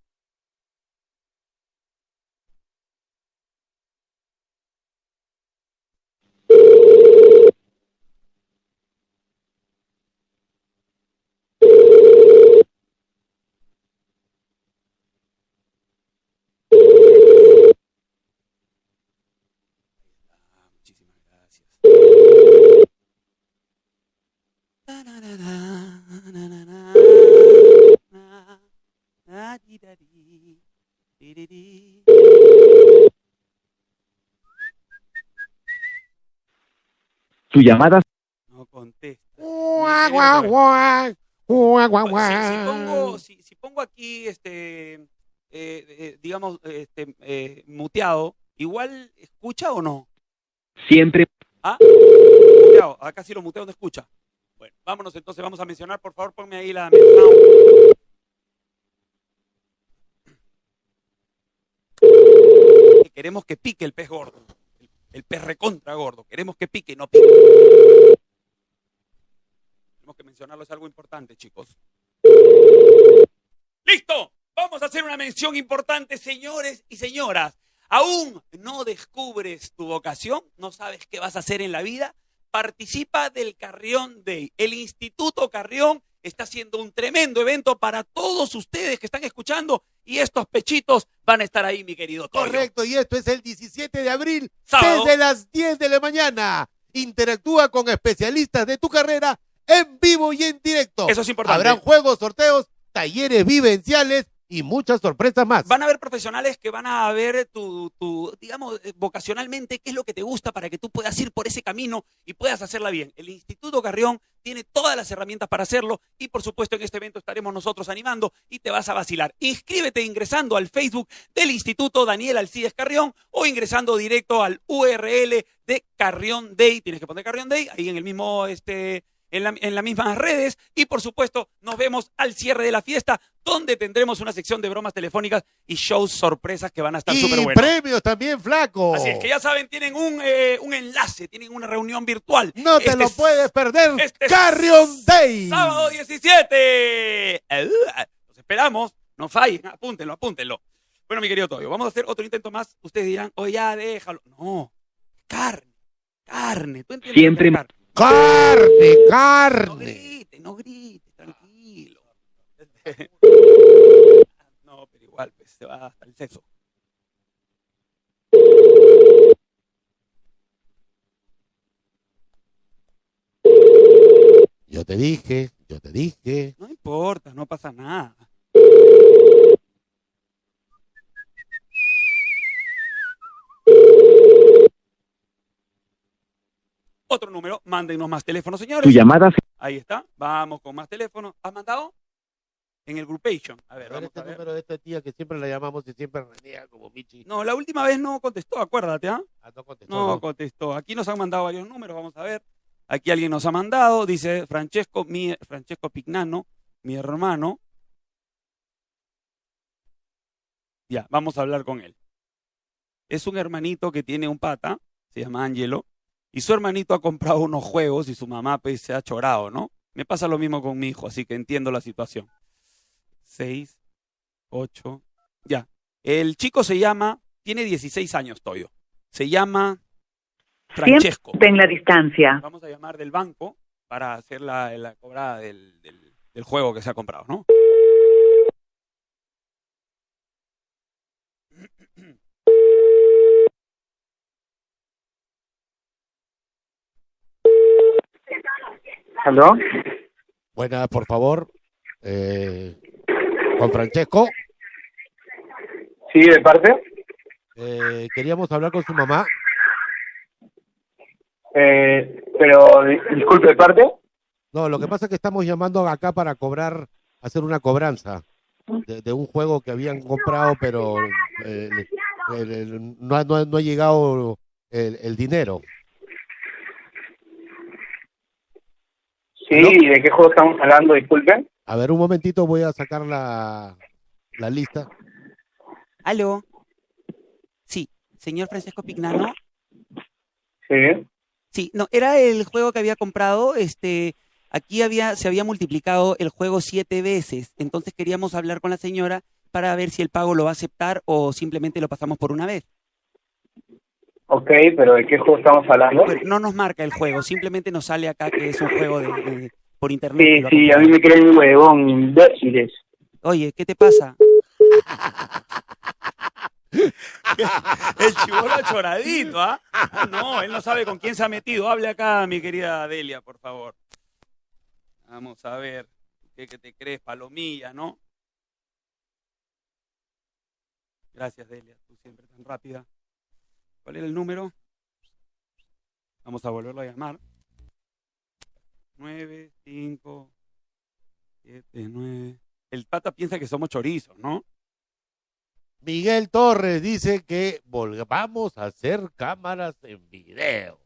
A: Ah, muchísimas gracias.
J: Tiriri.
K: Tu llamada
A: No contesta.
B: Guau, guau, guau. Guau, guau,
A: Si, si
B: guau.
A: pongo, si, si pongo aquí, este, eh, eh, digamos, este, eh, muteado, igual escucha o no?
K: siempre
A: Ah, muteado. Acá si lo muteo no escucha. Bueno, vámonos entonces, vamos a mencionar, por favor, ponme ahí la mención. Que Queremos que pique el pez gordo. El, el pez recontra gordo. Queremos que pique, no pique. Tenemos que mencionarlo, es algo importante, chicos. ¡Listo! Vamos a hacer una mención importante, señores y señoras. ¿Aún no descubres tu vocación? ¿No sabes qué vas a hacer en la vida? Participa del Carrión Day. El Instituto Carrión está haciendo un tremendo evento para todos ustedes que están escuchando y estos pechitos van a estar ahí, mi querido Toño.
B: Correcto, y esto es el 17 de abril,
A: Sábado.
B: desde las 10 de la mañana. Interactúa con especialistas de tu carrera en vivo y en directo.
A: Eso es importante.
B: Habrán juegos, sorteos, talleres vivenciales y muchas sorpresas más.
A: Van a haber profesionales que van a ver tu, tu, digamos, eh, vocacionalmente qué es lo que te gusta para que tú puedas ir por ese camino y puedas hacerla bien. El Instituto Carrión tiene todas las herramientas para hacerlo y por supuesto en este evento estaremos nosotros animando y te vas a vacilar. Inscríbete ingresando al Facebook del Instituto Daniel Alcides Carrión o ingresando directo al URL de Carrión Day. Tienes que poner Carrión Day ahí en el mismo este en, la- en las mismas redes y por supuesto nos vemos al cierre de la fiesta donde tendremos una sección de bromas telefónicas y shows sorpresas que van a estar
B: y
A: súper buenos.
B: premios también, flaco.
A: Así es que ya saben, tienen un, eh, un enlace, tienen una reunión virtual.
B: No te
A: Este
B: lo
A: s-
B: puedes perder.
A: este
B: Carrion Day.
A: Sábado 17. Eh, Los esperamos, no fallen, apúntenlo, apúntenlo. Bueno, mi querido Toyo, vamos a hacer otro intento más. Ustedes dirán, oye, ya déjalo. No, carne, carne. ¿Tú entiendes?
K: Siempre-
A: Carne.
B: Carne,
A: No
B: carne.
A: grite, no grite, tranquilo. No, pero igual, pues se va hasta el sexo.
B: Yo te dije, yo te dije.
A: No importa, no pasa nada. Otro número, mándenos más teléfonos,
K: tu
A: señores.
K: llamada se-
A: Ahí está, vamos con más teléfonos. ¿Has mandado? En el Groupation. A ver,
B: A ver
A: vamos
B: este
A: a ver.
B: número de esta tía que siempre la llamamos y siempre renega como Michi.
A: No, la última vez no contestó, acuérdate, ¿ah?
B: Ah, no contestó,
A: No
B: ¿no?
A: contestó. Aquí nos han mandado varios números, vamos a ver. Aquí alguien nos ha mandado, dice Francesco, mi, Francesco Pignano, mi hermano. Ya, vamos a hablar con él. Es un hermanito que tiene un pata, se llama Angelo, y su hermanito ha comprado unos juegos y su mamá pues, se ha chorado, ¿no? Me pasa lo mismo con mi hijo, así que entiendo la situación. Seis, ocho, ya. El chico se llama, tiene 16 años, Toyo. Se llama Francesco.
C: En la distancia.
A: Vamos a llamar del banco para hacer la, la cobrada del, del- del juego que se ha comprado, ¿no?
H: ¿Aló?
B: Buenas, por favor. Eh, con Francesco.
H: Sí, de parte.
B: Eh, queríamos hablar con su mamá.
H: Eh, pero di- disculpe, ¿de parte?
B: No, lo que pasa es que estamos llamando acá para cobrar, hacer una cobranza de, de un juego que habían comprado, pero eh, el- el- no, ha- no ha- no ha llegado el, el dinero.
H: Sí, ¿y ¿de qué juego estamos hablando? Disculpen.
B: A ver, un momentito voy a sacar la, la lista.
J: ¿Aló? Sí, señor Francesco Pignano.
H: Sí.
J: Sí, no, era el juego que había comprado, este, aquí había, se había multiplicado el juego siete veces, entonces queríamos hablar con la señora para ver si el pago lo va a aceptar o simplemente lo pasamos por una vez.
H: Ok, pero ¿de qué juego estamos hablando?
J: Pero no nos marca el juego, simplemente nos sale acá que es un juego de, de- por internet. que
H: Sí,
J: lo ha
H: sí, a mí me creen un huevón, imbéciles.
J: comprado. Oye, ¿qué te pasa?
A: El chivolo choradito, ¿ah? No, él no sabe con quién se ha metido. Hable acá, mi querida Delia, por favor. Vamos a ver. ¿Qué, qué te crees? Palomilla, ¿no? Gracias, Delia. Tú siempre tan rápida. ¿Cuál era el número? Vamos a volverlo a llamar. 9, 5, 7, 9. El pata piensa que somos chorizos, ¿no?
B: Miguel Torres dice que volvamos a hacer cámaras en video.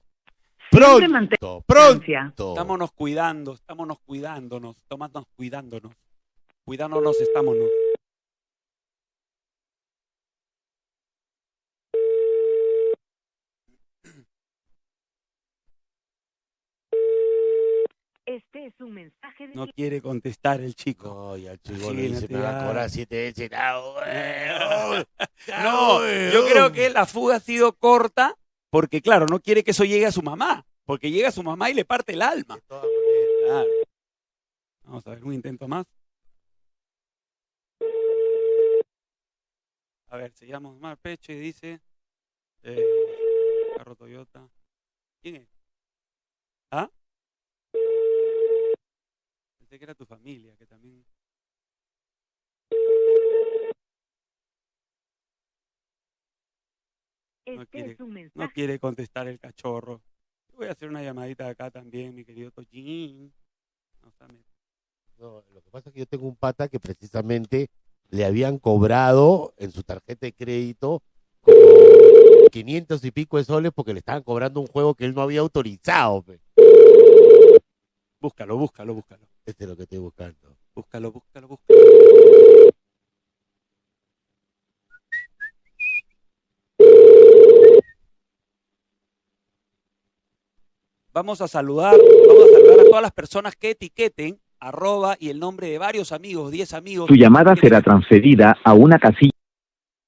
B: Pronto, pronto.
A: Estámonos cuidando, estámonos cuidándonos, tomadnos cuidándonos. Cuidándonos, estámonos.
M: Este es un mensaje de
A: No quiere contestar el chico.
B: No, ya el
A: chico
B: Luego le dice, me va a cobrar siete veces. Au, eh, au,
A: No,
B: au, eh,
A: yo
B: au.
A: creo que la fuga ha sido corta porque, claro, no quiere que eso llegue a su mamá, porque llega a su mamá y le parte el alma. Claro. Vamos a ver, un intento más. A ver, se llama Omar Peche y dice... eh, carro Toyota. ¿Quién es? ¿Ah? Pensé que era tu familia, que también...
M: este
A: No quiere, no
C: Ah.
A: quiere contestar el cachorro. Yo Voy a hacer una llamadita acá también, mi querido Tojín. No está met-
B: No, lo que pasa es que yo tengo un pata que precisamente le habían cobrado en su tarjeta de crédito como 500 y pico de soles porque le estaban cobrando un juego que él no había autorizado. pe.
A: Búscalo, búscalo, búscalo.
B: Este es lo que estoy buscando.
A: Búscalo, búscalo, búscalo. Vamos a saludar, vamos a saludar a todas las personas que etiqueten arroba y el nombre de varios amigos, 10 amigos.
K: Tu llamada será transferida a una casilla.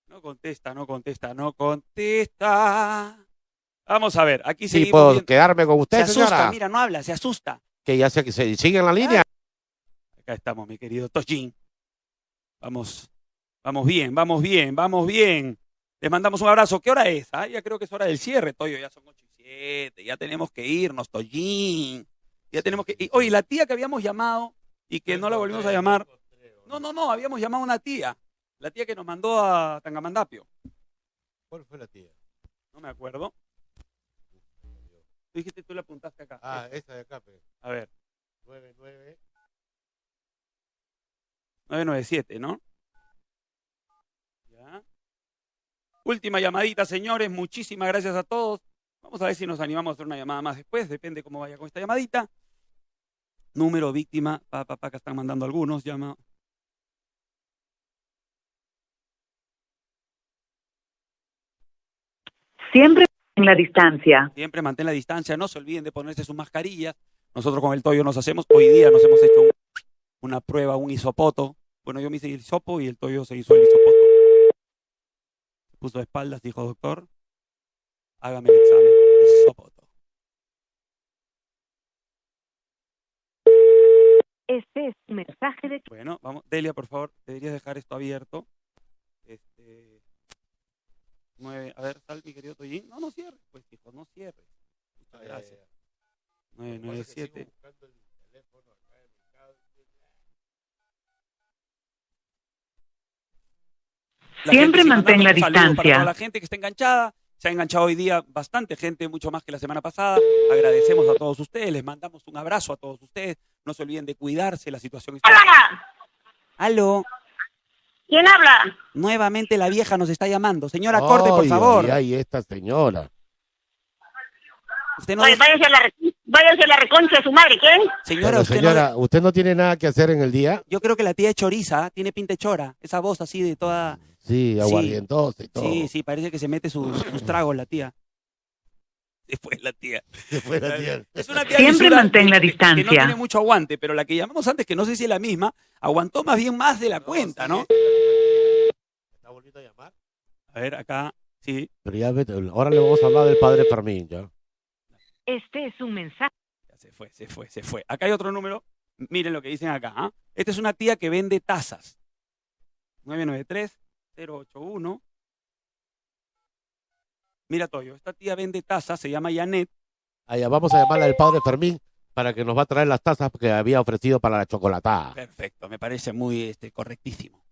A: No contesta, no contesta, no contesta. Vamos a ver, aquí
B: Sí,
A: seguimos.
B: puedo
A: viendo-
B: quedarme con
A: se
B: usted,
A: asusta,
B: señora.
A: mira, no habla, se asusta.
B: Que ya sé que se sigue en la línea.
A: Acá estamos, mi querido Tojín. Vamos, vamos bien, vamos bien, vamos bien. Les mandamos un abrazo. ¿Qué hora es? Ah, ya creo que es hora del cierre, Toyo. Ya son 8 y 7. Ya tenemos que irnos, Tojín. Ya tenemos que. y, oye, la tía que habíamos llamado y que no la volvimos a llamar. No, no, no, habíamos llamado a una tía. La tía que nos mandó a Tangamandapio.
B: ¿Cuál fue la tía?
A: No me acuerdo. Tú dijiste, tú la apuntaste acá.
B: Ah, esa de acá, pe.
A: A ver,
B: 99.
A: 997, ¿no? Ya. Última llamadita, señores. Muchísimas gracias a todos. Vamos a ver si nos animamos a hacer una llamada más después. Depende cómo vaya con esta llamadita. Número víctima. Pa, pa, pa, acá están mandando algunos. Llama.
M: Siempre en la distancia.
A: Siempre mantén la distancia. No se olviden de ponerse sus mascarillas. Nosotros con el Toyo nos hacemos. Hoy día nos hemos hecho un- una prueba, un hisopoto. Bueno, yo me hice el hisopo y el Toyo se hizo el hisopoto. Se puso de espaldas, dijo doctor. Hágame el examen. Hisopoto.
M: Este es un mensaje de
A: Bueno, vamos. Delia, por favor, deberías dejar esto abierto. Este. Nueve. A ver, sal, mi querido Toyin. No, no cierres, pues, hijo, no cierres. Muchas gracias. Nueve, nueve, siete. La
M: Siempre
A: gente sigue
M: mantén
A: mandando
M: la
A: un saludo
M: distancia.
A: Para toda la gente que está enganchada, se ha enganchado hoy día bastante gente, mucho más que la semana pasada. Agradecemos a todos ustedes, les mandamos un abrazo a todos ustedes. No se olviden de cuidarse, la situación está. ¡Aló!
N: ¿Quién habla?
A: Nuevamente la vieja nos está llamando. Señora, corte, por favor.
B: Ay, ay, esta señora.
A: Usted
N: no váyase, a la, re- váyase a la reconcha de su madre, ¿quién?
A: Señora,
B: Pero,
A: usted
B: señora, ¿usted no tiene nada que hacer en el día?
A: no- yo creo que la tía es choriza, ¿ah? tiene pinta de chora. Esa voz así de toda...
B: Sí,
A: Sí.
B: aguardientosa y todo.
A: Sí, sí, parece que se mete sus, sus tragos la tía. Después la tía.
B: Después la tía.
A: Es una tía
M: Siempre
A: lisura
M: mantén la
A: que- que- Que, no
M: distancia.
A: tiene mucho aguante, pero la que llamamos antes, que no sé si es la misma, aguantó más bien más de la cuenta, ¿no?
B: ¿Está volviendo a llamar?
A: A ver, acá, sí.
B: Pero ya vete, ahora le vamos a hablar del padre Fermín, ¿ya?
M: Este es un mensaje.
A: Ya se fue, se fue, se fue. Acá hay otro número. Miren lo que dicen acá. ¿ah? Esta es una tía que vende tazas. 993-081. Mira, Toyo, esta tía vende tazas, se llama Janet.
B: Allá Ah, vamos a llamarla del padre Fermín para que nos va a traer las tazas que había ofrecido para la
A: Ah,
B: chocolatada.
A: Perfecto, me parece muy este, correctísimo.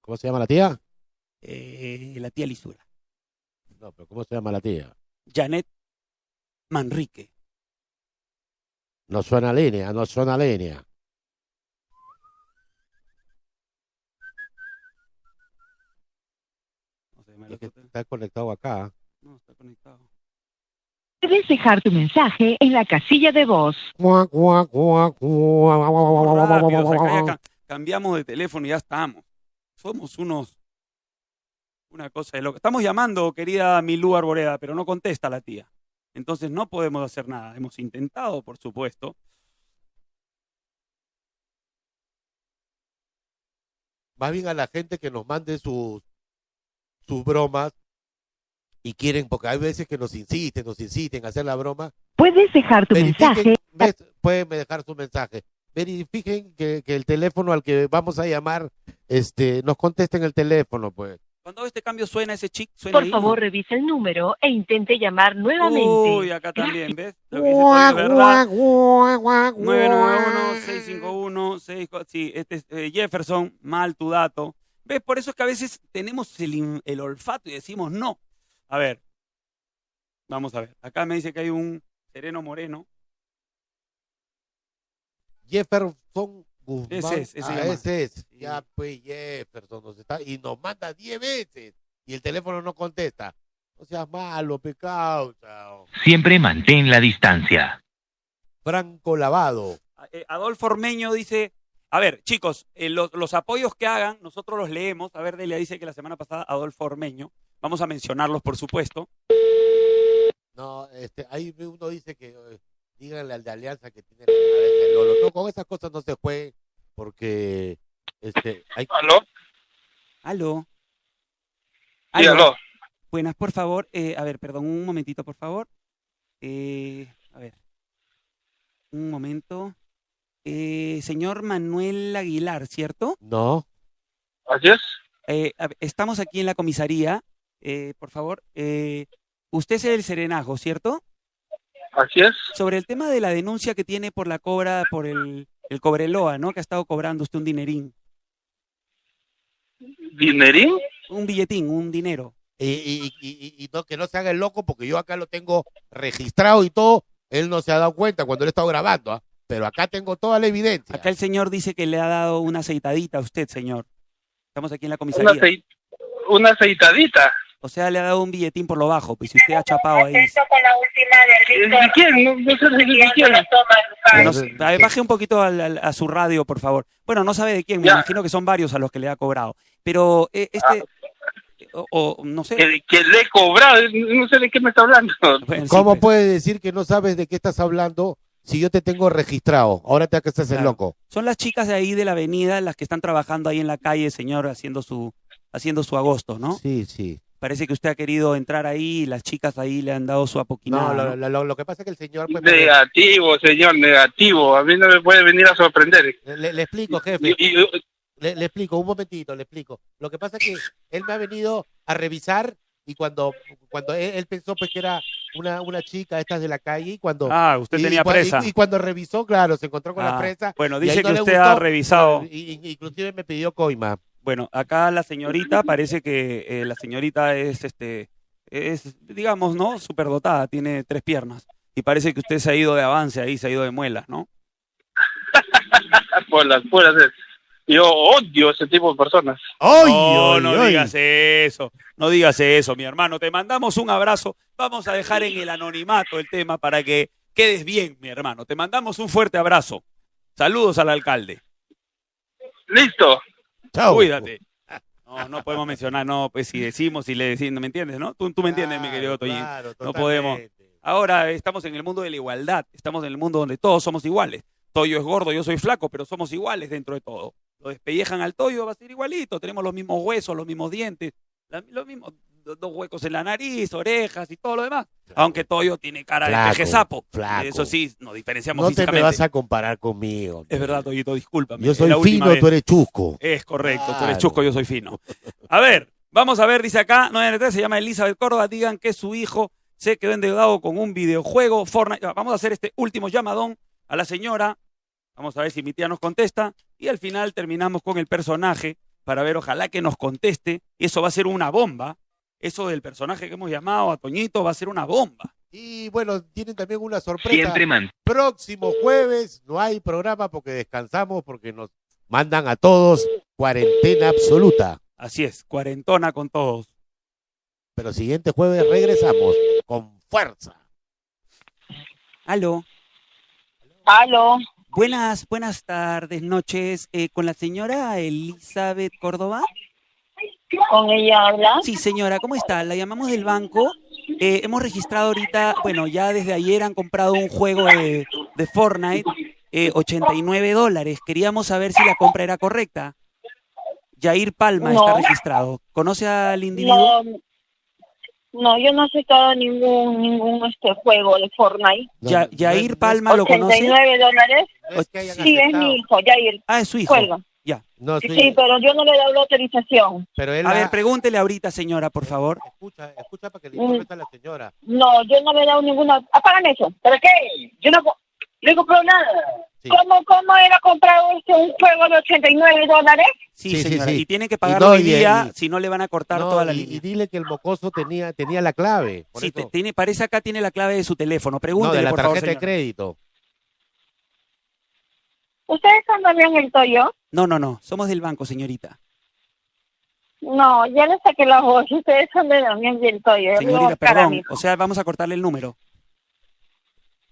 B: ¿Cómo se llama la tía?
J: eh, la tía Lisura.
B: No, pero ¿cómo se llama la tía?
J: Janet Manrique.
B: No suena línea, no suena línea. Es que está conectado acá.
J: No, está conectado.
C: Puedes dejar tu mensaje en la casilla de voz.
A: Rápido, saca ya ca- cambiamos de teléfono y ya estamos. Somos unos. Una cosa de loca. Estamos llamando, querida Milú Arboreda, pero no contesta la tía. Entonces no podemos hacer nada. Hemos intentado, por supuesto.
B: Más bien a la gente que nos mande sus, sus bromas y quieren, porque hay veces que nos insisten, nos insisten a hacer la broma.
C: Puedes dejar tu
B: Verifiquen,
C: mensaje.
B: ves, pueden dejar su mensaje. Verifiquen que, que el teléfono al que vamos a llamar este, nos contesten el teléfono, pues.
A: Cuando este cambio suena ese chic, suena
O: Por
A: ahí,
O: favor,
A: ¿no?
O: revise el número e intente llamar nuevamente.
A: Uy, acá también, ¿ves? Lo que dice Toño, ¿verdad? 991 651 Sí, este es, eh, Jefferson, mal tu dato. ¿Ves? Por eso es que a veces tenemos el, in- el olfato y decimos no. A ver, vamos a ver. Acá me dice que hay un sereno moreno.
B: Jefferson Guzmán.
A: Ese es, ese
B: Ah,
A: llama.
B: ese es. Ya, pues, Jefferson nos está, y nos manda 10 veces y el teléfono no contesta. No seas malo, pecado.
K: Siempre mantén la distancia.
B: Franco Lavado.
A: Eh, Adolfo Ormeño dice, a ver, chicos, eh, los, los apoyos que hagan, nosotros los leemos. A ver, Delia dice que la semana pasada Adolfo Ormeño. Vamos a mencionarlos, por supuesto.
B: No, este, ahí uno dice que eh, díganle al de Alianza que tiene la cabeza de Lolo. No, con esas cosas no se jueguen porque este, hay...
P: ¿Aló?
J: Aló.
P: Sí, aló.
J: Buenas, por favor. Eh, a ver, perdón, un momentito, por favor. Eh, a ver. Un momento. Eh, señor Manuel Aguilar, ¿cierto?
B: No.
P: Así es.
J: Eh, a ver, estamos aquí en la comisaría. Eh, por favor, eh, usted es el serenajo, ¿cierto?
P: Así es.
J: Sobre el tema de la denuncia que tiene por la cobra, por el, el cobreloa, ¿no? Que ha estado cobrando usted un dinerín.
P: ¿Dinerín?
J: Un billetín, un dinero.
B: Y, y- y- y- y no, que no se haga el loco porque yo acá lo tengo registrado y todo. Él no se ha dado cuenta cuando lo he estado grabando, ¿ah? pero acá tengo toda la evidencia.
J: Acá el señor dice que le ha dado una aceitadita a usted, señor. Estamos aquí en la
P: Una,
J: comisaría.
P: aceit- una aceitadita.
J: O sea, le ha dado un billetín por lo bajo, pues si usted ha chapado ahí.
N: con la última del
P: ¿De quién? Eh, No, no sé de quién.
J: No sé, a ver, baje un poquito al- al- a su radio, por favor. Bueno, no sabe de quién, me imagino que son varios a los que le ha cobrado. Pero eh, este, o, o no sé,
D: Eh,
P: Que, que le he cobrado. eh, No sé de qué me está hablando.
B: ¿Cómo
J: pues,
B: puedes decir que no sabes de qué estás hablando si yo te tengo registrado? Ahora te que estás el loco.
J: son las chicas de ahí de la avenida las que están trabajando ahí en la calle, señor, haciendo su, haciendo su agosto, ¿no?
B: Sí, sí.
J: Parece que usted ha querido entrar ahí y las chicas ahí le han dado su apoquinada.
B: No, lo,
J: ¿no?
B: lo- lo- lo que pasa es que el señor... pues, me-
P: Negativo, señor, negativo. A mí no me puede venir a sorprender.
B: Le, le explico, jefe. Le, le explico, un momentito, le explico. Lo que pasa es que él me ha venido a revisar y cuando, cuando él, él pensó pues que era una, una chica estas de la calle y cuando...
A: Ah, usted
B: y-
A: tenía
B: y cua-
A: presa.
B: Y, y cuando revisó, claro, se encontró con la
A: Ah,
B: presa.
A: Bueno,
B: y
A: dice
B: ahí no
A: que
B: le
A: usted ha
B: gustó.
A: revisado.
B: inclusive me pidió coima.
A: Bueno, acá la señorita parece que eh, la señorita es, este, es, digamos, ¿no? Superdotada, tiene tres piernas. Y parece que usted se ha ido de avance ahí, se ha ido de muelas, ¿no?
P: Por las puras. eh. Yo odio ese tipo de personas.
A: no, no digas eso, no digas eso, mi hermano. Te mandamos un abrazo. Vamos a dejar en el anonimato el tema para que quedes bien, mi hermano. Te mandamos un fuerte abrazo. Saludos al alcalde.
P: Listo.
B: Chao.
A: Cuídate. No, no podemos mencionar, no, pues si decimos, si le decimos, ¿me entiendes, no? Tú, tú me entiendes, mi querido Toñín.
B: claro,
A: no podemos. Ahora estamos en el mundo de la igualdad, estamos en el mundo donde todos somos iguales. Toyo es gordo, yo soy flaco, pero somos iguales dentro de todo. Lo despellejan al Toyo, va a ser igualito. Tenemos los mismos huesos, los mismos dientes, la- los mismos do- dos huecos en la nariz, orejas y todo lo demás. Aunque Toyo tiene cara de
B: Flaco,
A: pejezapo.
B: flaco.
A: Eso sí, nos diferenciamos
B: No te me
A: físicamente.
B: vas a comparar conmigo.
A: Es verdad, Toyito, discúlpame.
B: Yo
A: Es
B: soy
A: la última
B: fino,
A: vez.
B: tú eres chusco.
A: Es correcto, tú
B: Claro.
A: eres chusco, yo soy fino. A ver, vamos a ver, dice acá, 993, se llama Elizabeth Córdoba, digan que su hijo se quedó endeudado con un videojuego, Fortnite. Ya, Vamos a hacer este último llamadón a la señora, vamos a ver si mi tía nos contesta, y al final terminamos con el personaje para ver, ojalá que nos conteste. Eso va a ser una bomba. Eso del personaje que hemos llamado a Toñito va a ser una bomba.
B: Y bueno, tienen también una sorpresa.
K: Siempre man.
B: Próximo jueves no hay programa porque descansamos, porque nos mandan a todos cuarentena absoluta.
A: Así es, cuarentona con todos.
B: Pero siguiente jueves regresamos con fuerza.
Q: Aló.
H: Aló.
Q: Buenas, buenas tardes, noches. Eh, ¿Con la señora Elizabeth Córdoba?
H: ¿Con ella habla?
Q: Sí, señora, ¿cómo está? La llamamos del banco. Eh, hemos registrado ahorita, bueno, ya desde ayer han comprado un juego de, de Fortnite, eh, 89 dólares. Queríamos saber si la compra era correcta. Jair Palma
H: No.
Q: está registrado. ¿Conoce al individuo?
H: No, no, yo no he aceptado ningún ningún este juego de Fortnite.
Q: Ya- Yair Palma lo conoce.
H: 89 dólares.
Q: No es que hayan
H: sí, es mi hijo, Jair.
Q: Ah, es su hijo.
H: Cuelga.
Q: Ya.
B: No,
H: Sí, pues. pero yo no le he dado la autorización.
B: Pero él
Q: a
B: ha-
Q: ver, pregúntele ahorita, señora, por favor.
B: Escucha, escucha para que
H: Mm.
B: le conteste a la señora.
H: No, yo no le he dado ninguna. Apagan eso. ¿Para qué? Yo no, co- no he comprado nada. ¿Cómo, ¿Cómo era comprar este, un juego de 89 dólares?
Q: Sí,
B: Sí, sí,
Q: señora.
B: sí.
Q: Y tiene
B: Y
Q: que pagar
B: no,
Q: hoy
B: y-
Q: día,
B: y-
Q: si no le van a cortar
B: No,
Q: toda la
B: y,
Q: línea.
B: y dile que el mocoso tenía, tenía la clave. por
Q: Sí,
B: eso.
Q: te- tiene, parece acá tiene la clave de su teléfono.
B: no,
Q: Pregúntele,
B: de la
Q: por
B: tarjeta
Q: favor,
B: de
Q: señora.
B: crédito.
H: ¿Ustedes son también el Toyo?
Q: No, no, no. Somos del banco, señorita.
H: No, ya le saqué la voz. Ustedes son de Damián y el Toyo. Yo vivo
Q: Señorita,
H: cara a mi
Q: perdón.
H: hijo.
Q: O sea, vamos a cortarle el número.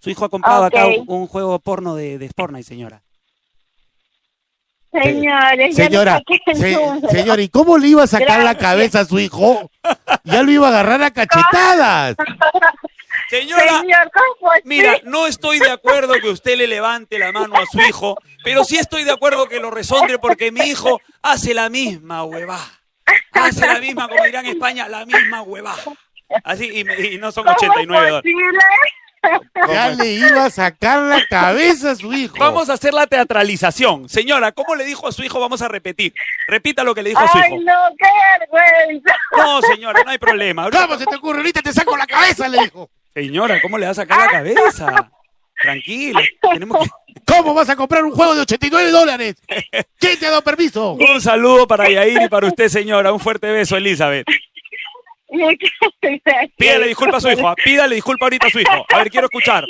Q: Su hijo ha comprado
H: Ah,
Q: acá
H: ok.
Q: un, un juego porno de, de Fortnite, señora.
H: Señores, ya le
B: Señora,
H: saqué el
B: se-
H: número.
B: señora, ¿y cómo le iba a sacar la
H: Gracias.
B: cabeza a su hijo? Ya lo iba a agarrar a cachetadas.
A: Señora,
H: Señor, ¿cómo así?
A: mira, no estoy de acuerdo que usted le levante la mano a su hijo, pero sí estoy de acuerdo que lo resondre porque mi hijo hace la misma huevada. Hace la misma, como dirán en España, la misma huevada. Así, y, me- y no son
H: ¿Cómo es
A: 89 dólares.
H: posible?
B: Ya le iba a sacar la cabeza a su hijo.
A: Vamos a hacer la teatralización. Señora, ¿cómo le dijo a su hijo? Vamos a repetir. Repita lo que le dijo a su hijo.
H: Ay, no, qué vergüenza.
A: No, señora, no hay problema.
B: Vamos, se te ocurre, ahorita te saco la cabeza, le dijo.
A: Señora, ¿cómo le va a sacar la cabeza? Tranquila, tenemos que...
B: ¿Cómo vas a comprar un juego de 89 dólares? ¿Quién te ha dado permiso?
A: Un saludo para Yair y para usted, señora. Un fuerte beso, Elizabeth.
H: Muchas gracias.
A: Pídale disculpa a su hijo. ah. Pídale disculpa ahorita a su hijo. A ver, quiero escuchar.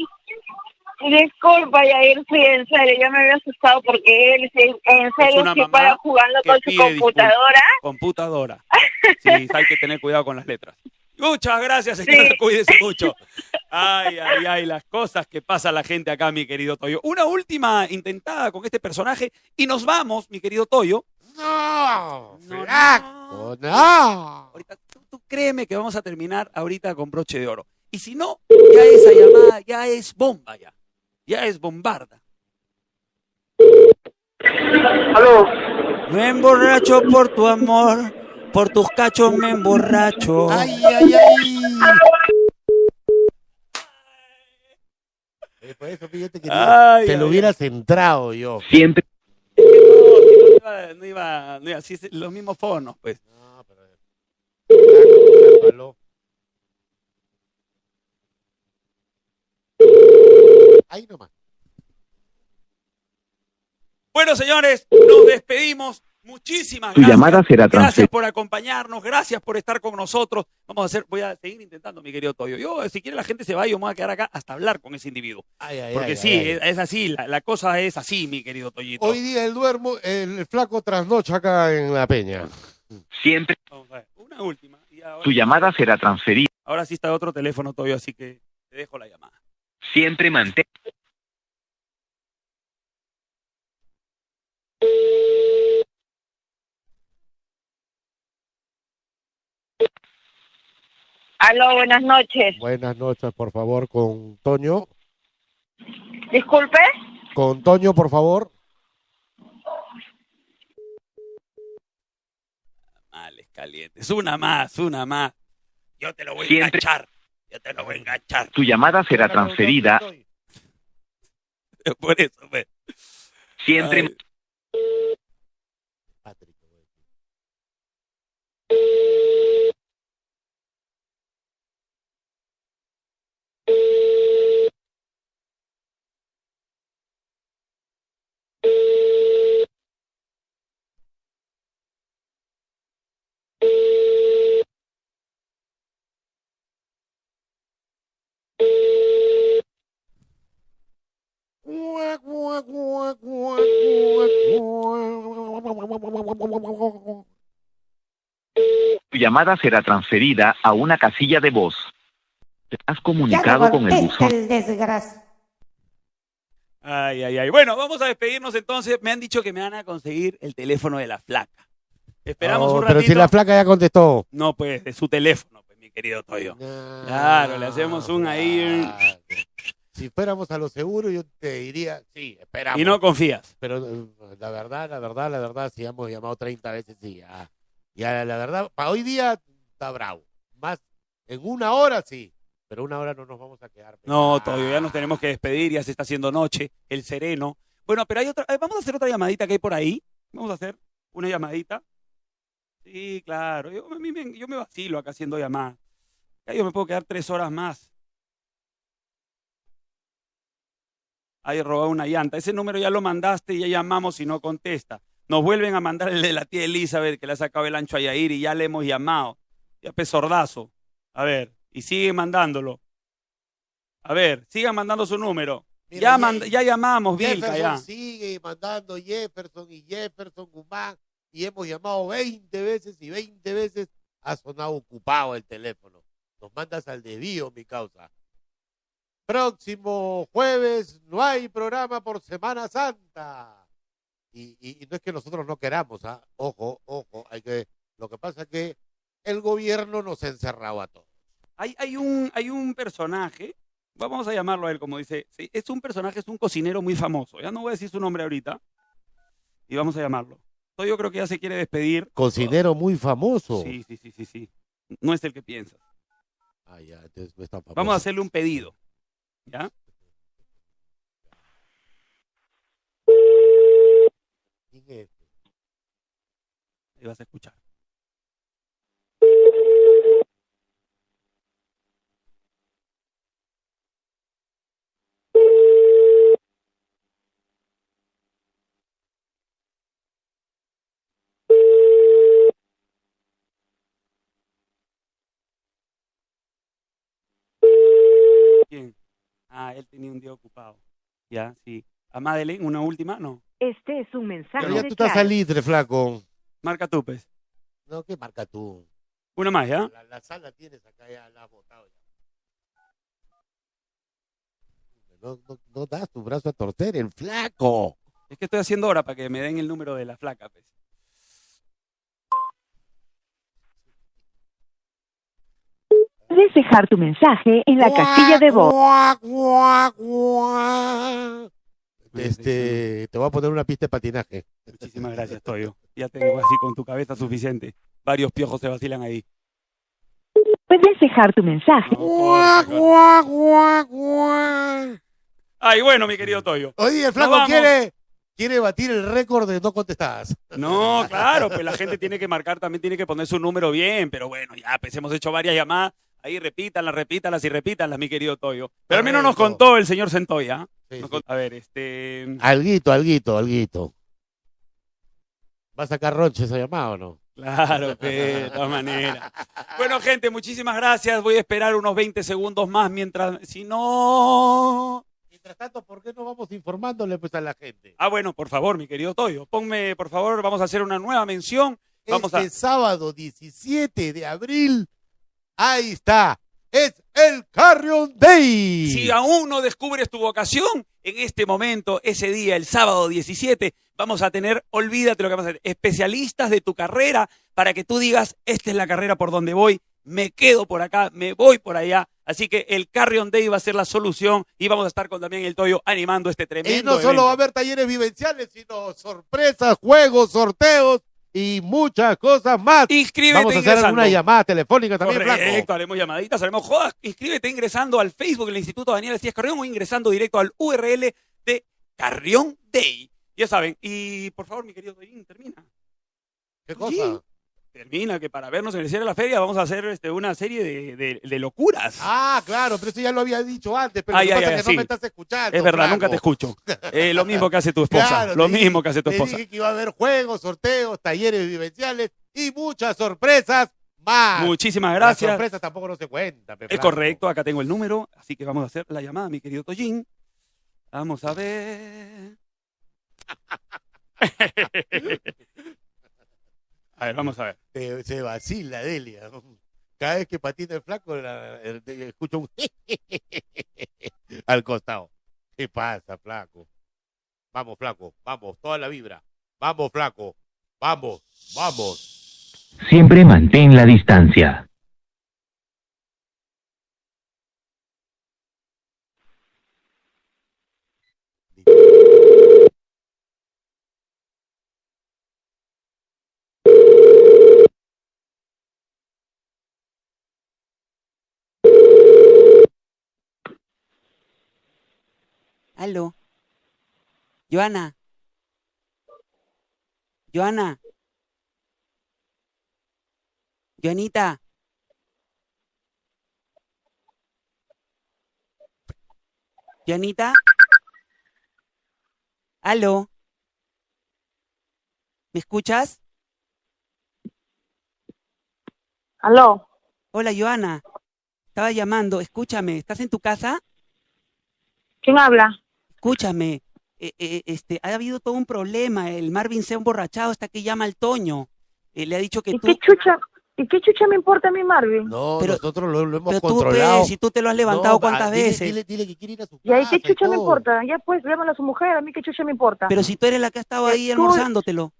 H: Disculpa, Yair, sí, en serio, yo me había asustado porque él, sí, en
A: Es
H: serio,
A: una
H: sí,
A: mamá
H: para jugando
A: que
H: con su
A: pide
H: computadora.
A: disculpas. Computadora. Sí, hay que tener cuidado con las letras. Muchas gracias, señora.
H: Sí.
A: Cuídese mucho. Ay, ay, ay, las cosas que pasa la gente acá, mi querido Toyo. Una última intentada con este personaje y nos vamos, mi querido Toyo.
B: No,
A: No,
B: flaco, no.
A: Ahorita, tú, tú créeme que vamos a terminar ahorita con broche de oro. Y si no, ya esa llamada ya es bomba ya. Ya es bombarda.
R: Aló,
Q: Me emborracho por tu amor, por tus cachos me emborracho.
B: Ay, ay, ay. Eh, Por eso, fíjate que
A: Ay,
B: te lo
A: ay,
B: hubieras centrado yo.
K: Siempre
A: No iba, no iba, no iba, sí, sí, los mismos fonos, pues.
B: No, pero- Flaco, flaco, aló. Ahí nomás.
A: Bueno, señores, nos despedimos. Muchísimas
K: Tu
A: gracias.
K: llamada será
A: Gracias
K: transferida.
A: por acompañarnos, gracias por estar con nosotros. Vamos a hacer, voy a seguir intentando, mi querido Toyo. Yo, si quiere la gente se va, yo me voy a quedar acá hasta hablar con ese individuo.
B: Ay, ay,
A: Porque
B: ay,
A: sí,
B: ay, ay.
A: Es, es así, la, la cosa es así, mi querido Toyito.
B: eh, Hoy día el duermo, el flaco trasnocha acá en la peña.
K: Siempre
A: Vamos a ver, una última. y ahora,
K: tu llamada será transferida.
A: ahora sí está otro teléfono, Toyo, así que te dejo la llamada.
K: Siempre mantén.
H: Aló, buenas noches.
B: Buenas noches, por favor, con Toño.
H: Disculpe.
B: Con Toño, por favor.
A: Males calientes. Una más, una más. Yo te lo voy a
K: Siempre-
A: enganchar. Yo te lo voy a enganchar.
K: Tu llamada será transferida.
A: Por eso, pues.
K: Siempre
A: Ay,
B: Patrick.
K: llamada será transferida a una casilla de voz. Te has comunicado con el buzón.
A: Ay, ay, ay. Bueno, vamos a despedirnos entonces. Me han dicho que me van a conseguir el teléfono de la flaca. Esperamos
B: Oh,
A: un ratito.
B: pero si la flaca ya contestó.
A: No, pues, de su teléfono, pues, mi querido Toyo. Claro, le hacemos un ahí. un-
B: Si fuéramos a lo seguro, yo te diría, sí, esperamos.
A: Y no confías.
B: Pero eh, la verdad, la verdad, la verdad, si hemos llamado 30 veces, sí, ya. Ya, la verdad, para hoy día está bravo. Más, en una hora sí, pero una hora no nos vamos a quedar.
A: No, Toyo, ya nos tenemos que despedir, ya se está haciendo noche, el sereno. Bueno, pero hay otra. eh, Vamos a hacer otra llamadita que hay por ahí. Vamos a hacer una llamadita. Sí, claro. Yo, a mí me, yo me vacilo acá haciendo llamadas. Ya yo me puedo quedar tres horas más. Ahí robado una llanta. Ese número ya lo mandaste y ya llamamos y no contesta. Nos vuelven a mandar el de la tía Elizabeth que le ha sacado el ancho a Yair y ya le hemos llamado. Ya pesordazo. A ver, y sigue mandándolo. A ver, sigan mandando su número.
B: Mira,
A: ya,
B: Jay-
A: mand- ya llamamos, Vilca,
B: Jefferson
A: ya.
B: sigue mandando Jefferson y Jefferson Guzmán y hemos llamado 20 veces y 20 veces ha sonado ocupado el teléfono. Nos mandas al desvío, mi causa. Próximo jueves no hay programa por Semana Santa. Y, y- y no es que nosotros no queramos, ¿ah? ojo, ojo, hay que, lo que pasa es que el gobierno nos ha encerrado a todos.
A: Hay, hay, un, hay un personaje, vamos a llamarlo a él como dice, sí, es un personaje, es un cocinero muy famoso. Ya no voy a decir su nombre ahorita. Y vamos a llamarlo. Entonces, Yo creo que ya se quiere despedir.
B: Cocinero muy famoso.
A: Ah. Sí, sí, sí, sí, sí. No es el que piensas.
B: Ah, ya, entonces no es tan famoso.
A: Vamos a hacerle un pedido. ¿Ya?
B: ¿Quién es?
A: Ahí vas a escuchar. ¿Quién? Ah, él tenía un día ocupado. Ya, sí. A Madeleine, una última, no.
M: Este es un mensaje
B: Pero ya
M: de
B: tú estás
M: chat.
B: al litre, flaco.
A: Marca tú, pues.
B: No, ¿qué marca tú?
A: Una más, ¿ya?
B: La, la sal la tienes acá, ya la has botado. ya. No, no, no das tu brazo a torcer, el flaco.
A: Es que estoy haciendo ahora para que me den el número de la flaca, pues.
C: Puedes dejar tu mensaje en la casilla de voz.
B: Guac, guac, guac. Este, te voy a poner una pista de patinaje.
A: Muchísimas gracias, Toyo. Ya tengo así con tu cabeza suficiente. Varios piojos se vacilan ahí.
C: Puedes dejar tu mensaje.
A: Corre, corre.
B: Guac, guac, guac.
A: Ay, bueno, mi querido Toyo.
B: Oye, el
A: Nos
B: flaco
A: vamos.
B: quiere, quiere batir el récord de no contestadas.
A: No, claro, pues la gente tiene que marcar, también tiene que poner su número bien, pero bueno, ya, pues hemos hecho varias llamadas. Ahí repítanlas, repítanlas y repítanlas, mi querido Toyo. Pero al menos nos
B: Correcto.
A: contó el señor Centoya.
B: Sí,
A: Nos
B: sí.
A: contó- A ver, este.
B: Alguito, alguito, alguito. ¿Va a sacar ronche esa llamada o no?
A: Claro, pe, de todas maneras. Bueno, gente, muchísimas gracias. Voy a esperar unos 20 segundos más mientras. Si no.
B: Mientras tanto, ¿por qué no vamos informándole pues a la gente?
A: Ah, bueno, por favor, mi querido Toyo. Ponme, por favor, vamos a hacer una nueva mención. Vamos
B: este sábado 17 de abril, ahí está, es el Carrion Day.
A: Si aún no descubres tu vocación, en este momento, ese día, el sábado 17, vamos a tener, olvídate lo que vamos a hacer, especialistas de tu carrera para que tú digas, esta es la carrera por donde voy, me quedo por acá, me voy por allá. Así que el Carry on Day va a ser la solución y vamos a estar con también el Toyo animando este tremendo
B: y no solo va a
A: evento.
B: haber talleres vivenciales, sino sorpresas, juegos, sorteos y muchas cosas más.
A: Inscríbete
B: Vamos a hacer
A: ingresando.
B: una llamada telefónica también,
A: Correcto,
B: Flaco.
A: haremos llamaditas, haremos jodas. Inscríbete ingresando al Facebook del Instituto Daniel Estías Carrión o ingresando directo al URL de Carrión Day. Ya saben, y por favor, mi querido Toyin, termina.
B: ¿Qué cosa?
A: Sí. Termina que para vernos en el cierre de la feria vamos a hacer este, una serie de, de- de locuras.
B: Ah, claro, pero eso ya lo había dicho antes, pero
A: Ay,
B: lo que
A: ay,
B: pasa
A: ay,
B: es que
A: sí.
B: no me estás escuchando.
A: es verdad,
B: Flaco.
A: nunca te escucho. Eh, lo mismo que hace tu esposa.
B: Claro,
A: lo
B: te
A: mismo que hace tu
B: Te
A: esposa.
B: dije que iba a haber juegos, sorteos, talleres vivenciales y muchas sorpresas más.
A: Muchísimas gracias.
B: Las sorpresas tampoco no se cuentan. pe,
A: Es
B: flaco.
A: correcto, acá tengo el número, así que vamos a hacer la llamada, mi querido Toyin. Vamos a ver. A ver, vamos a ver.
B: Se, se vacila, Delia. Cada vez que patina el flaco, la- el- el- escucho un al costado. ¿Qué pasa, flaco? Vamos, flaco, vamos, toda la vibra. Vamos, flaco, vamos, vamos.
K: Siempre mantén la distancia.
J: Aló. Joana. Joana. Joanita. Joanita. Aló. ¿Me escuchas?
F: Aló.
J: Hola, Joana. Estaba llamando. Escúchame, ¿estás en tu casa?
F: ¿Quién habla?
J: Escúchame, eh, eh, este, ha habido todo un problema. El Marvin se ha emborrachado hasta que llama al Toño. Eh, le ha dicho que tú.
F: ¿Qué chucha? ¿Y qué chucha me importa a mí, Marvin?
B: No,
J: Pero-
B: nosotros lo, lo hemos
J: pero tú,
B: controlado.
J: pues, si tú te lo has levantado,
B: No,
J: ¿cuántas
B: ah, dile-
J: veces?
B: Dile, dile que quiere ir a su
F: ¿Y ahí qué
B: casa y
F: chucha me
B: todo.
F: importa? Ya pues, llámalo a su mujer, a mí qué chucha me importa.
J: Pero si tú eres la que ha estado ahí
F: Tú-
J: almorzándotelo.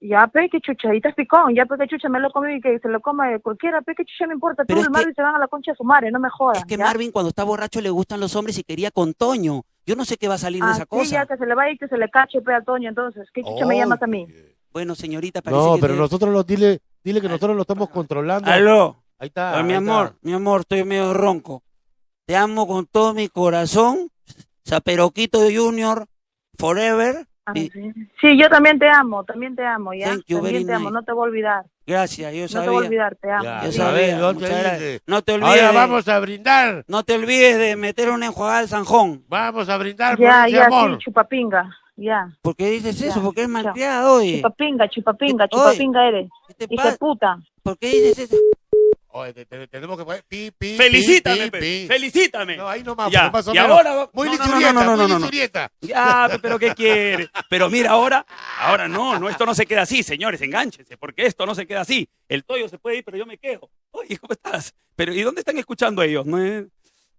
F: Ya, pe, qué chucha, ahí estás picón, ya, pe, qué chucha, me lo come y que se lo coma cualquiera, pe, qué chucha me importa.
J: Pero
F: Tú,
J: es
F: el
J: que-
F: Marvin se van a la concha de su madre, no me jodas.
J: Es que
F: ¿ya?
J: Marvin, cuando está borracho, le gustan los hombres y quería con Toño. Yo no sé qué va a salir de
F: Ah,
J: esa
F: sí,
J: cosa.
F: ya,
J: Oh,
F: que se le vaya y que se le cache, pe, a Toño, entonces, qué chucha me
B: Oye.
F: llamas a mí.
J: eh, Bueno, señorita, parece
B: No,
J: que.
B: pero
J: te-
B: nosotros lo, dile, dile que nosotros lo estamos controlando.
J: Aló.
B: Ahí está.
J: Ah, mi
B: ahí está.
J: amor, mi amor, estoy medio ronco. Te amo con todo mi corazón. Zaperoquito Junior, forever. Y-
F: Ah, Sí, yo también te amo, también te amo, ya,
J: Thank you very
F: también te amo,
J: much.
F: no te voy a olvidar,
J: Gracias, yo
F: no te voy a
J: sabía.
F: olvidar, te amo.
B: Ya,
J: Yo
B: a
J: sabía,
B: ver, no te
J: muchas gracias.
B: olvides.
J: No te olvides.
B: Ahora
J: de-
B: vamos a brindar.
J: No te olvides de meter una enjuagada al zanjón.
B: Vamos a brindar por
F: Ya,
B: ese
F: ya,
B: amor.
F: sí, chupapinga, ya.
J: ¿Por qué dices eso?
F: Ya,
J: ¿Por qué es
F: ya.
J: malcriado, oye?
F: Chupapinga, chupapinga,
J: Oye.
F: chupapinga eres.
J: ¿Qué te
F: Hijo
J: pasa?
F: de puta.
J: ¿Por qué dices eso?
B: Oye, te- te- tenemos que poner pi, pi,
A: Felicítame,
B: pi,
A: pe,
B: pi.
A: felicítame.
B: No, ahí nomás,
A: Ya,
B: porque más o
A: y
B: menos.
A: ahora va-
B: Muy
A: no, no, no,
B: lisurieta,
A: no, no,
B: muy
A: no, no.
B: lisurieta.
A: Ya, pe, pero ¿qué quiere? Pero mira, ahora, ahora no, no, esto no se queda así, señores, engánchense, porque esto no se queda así. El Toyo se puede ir, pero yo me quedo. Oye, ¿cómo estás? Pero, ¿y dónde están escuchando ellos? No, es-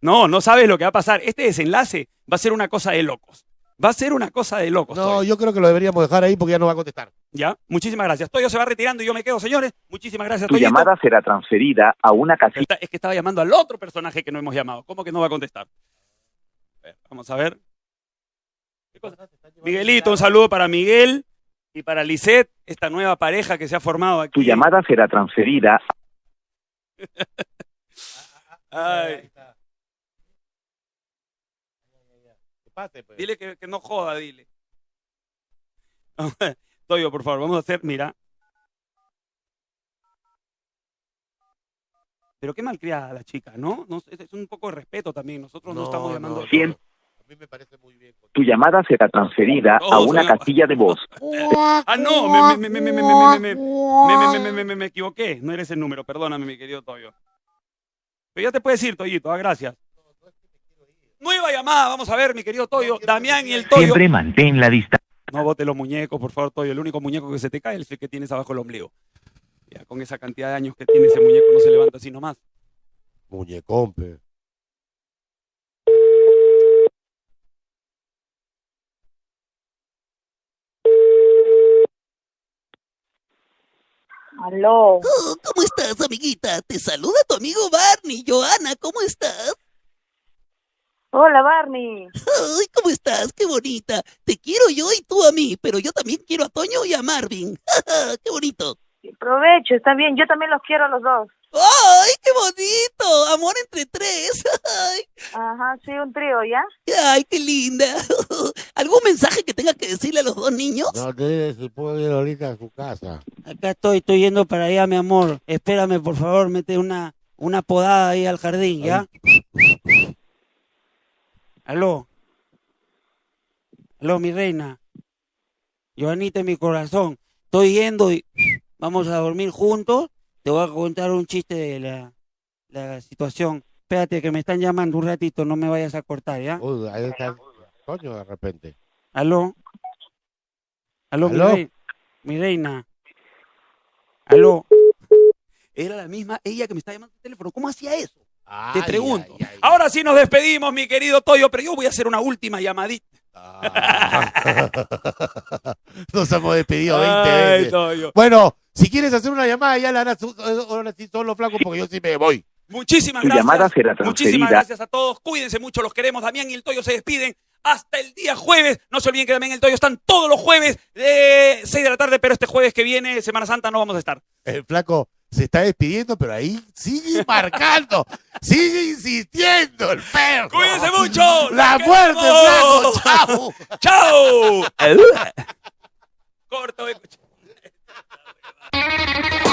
A: no, no sabes lo que va a pasar. Este desenlace va a ser una cosa de locos. Va a ser una cosa de locos.
B: No,
A: Toyo.
B: yo creo que lo deberíamos dejar ahí porque ya no va a contestar.
A: Ya, muchísimas gracias. Toyo se va retirando y yo me quedo, señores. Muchísimas gracias,
K: Tu
A: Toyito.
K: llamada será transferida a una
A: Pero
K: casilla.
A: está- es que estaba llamando al otro personaje que no hemos llamado. ¿Cómo que no va a contestar? A ver, Vamos a ver. Miguelito, un saludo para Miguel y para Lisette, esta nueva pareja que se ha formado aquí.
K: Tu llamada será transferida.
A: Ay,
B: Que pase, pues.
A: dile que, que no joda, dile. Toyo, por favor, vamos a hacer, mira. Pero qué malcriada la chica, ¿no? No sé, es un poco de respeto también. Nosotros no,
B: No,
A: estamos
B: no,
A: llamando.
B: no.
K: Siempre.
B: A mí me parece muy bien.
K: Tu llamada será transferida a
A: Todos,
K: una
A: señor.
K: casilla de voz.
A: Ah, no, me, me, me, me, me, me, me, me, me, me, me, me, me, me, me equivoqué. No eres el número, perdóname, mi querido Toyo. Pero ya te puedes ir, Toyito, ah, gracias. Nueva llamada, vamos a ver, mi querido Toyo. Damián y el Toyo.
K: Siempre mantén la distancia.
A: No bote los muñecos, por favor, Toyo. El único muñeco que se te cae es el que tienes abajo el ombligo. Ya, con esa cantidad de años que tiene ese muñeco, no se levanta así nomás.
B: Muñecón, pe.
F: Aló.
G: Oh, ¿Cómo estás, amiguita? Te saluda tu amigo Barney. Joana, ¿cómo estás?
F: Hola, Barney.
G: Ay, ¿cómo estás? Qué bonita. Te quiero yo y tú a mí, pero yo también quiero a Toño y a Marvin. ¡Qué bonito!
F: Provecho, está bien. Yo también los quiero a los dos.
G: ¡Ay, qué bonito! Amor entre tres. ¡Ay,
F: Ajá, sí, un trío, ¿ya?
G: ay qué linda! ¿Algún mensaje que tengas que decirle a los dos niños?
B: No, dile si puedo ir ahorita a su casa.
J: Acá estoy, estoy yendo para allá, mi amor. Espérame, por favor, mete una, una podada ahí al jardín, ¿ya? Aló. Aló, mi reina. Joanita, mi corazón. Estoy yendo y vamos a dormir juntos. Te voy a contar un chiste de la, la situación. Espérate, que me están llamando un ratito, no me vayas a cortar, ¿ya?
B: Uy, ahí está Coño, de repente.
J: Aló. Aló, mi
B: Aló.
J: rei- mi reina. aló. Era la misma ella que me está llamando al teléfono. ¿Cómo hacía eso? Te
A: Ay,
J: pregunto.
A: ay, ay. Ahora sí nos despedimos, mi querido Toyo, pero yo voy a hacer una última llamadita.
B: Nos hemos despedido 20
A: Ay,
B: veces.
A: Toño.
B: Bueno, si quieres hacer una llamada, ya la harás tú- Eh, ahora sí todos los flacos, porque yo sí me voy.
A: Muchísimas
K: Tu
A: gracias.
K: llamada será
A: Muchísimas
K: transferida.
A: gracias a todos. Cuídense mucho, los queremos. Damián y el Toyo se despiden. Hasta el día jueves. No se olviden que Damián y el Toyo están todos los jueves de 6 de la tarde, pero este jueves que viene, Semana Santa, no vamos a estar.
B: El flaco se está despidiendo, pero ahí sigue marcando, sigue insistiendo el perro.
A: Cuídense mucho.
B: La
A: Los
B: muerte, flaco.
A: queremos.
B: Chao.
A: Chao. Corto. eh.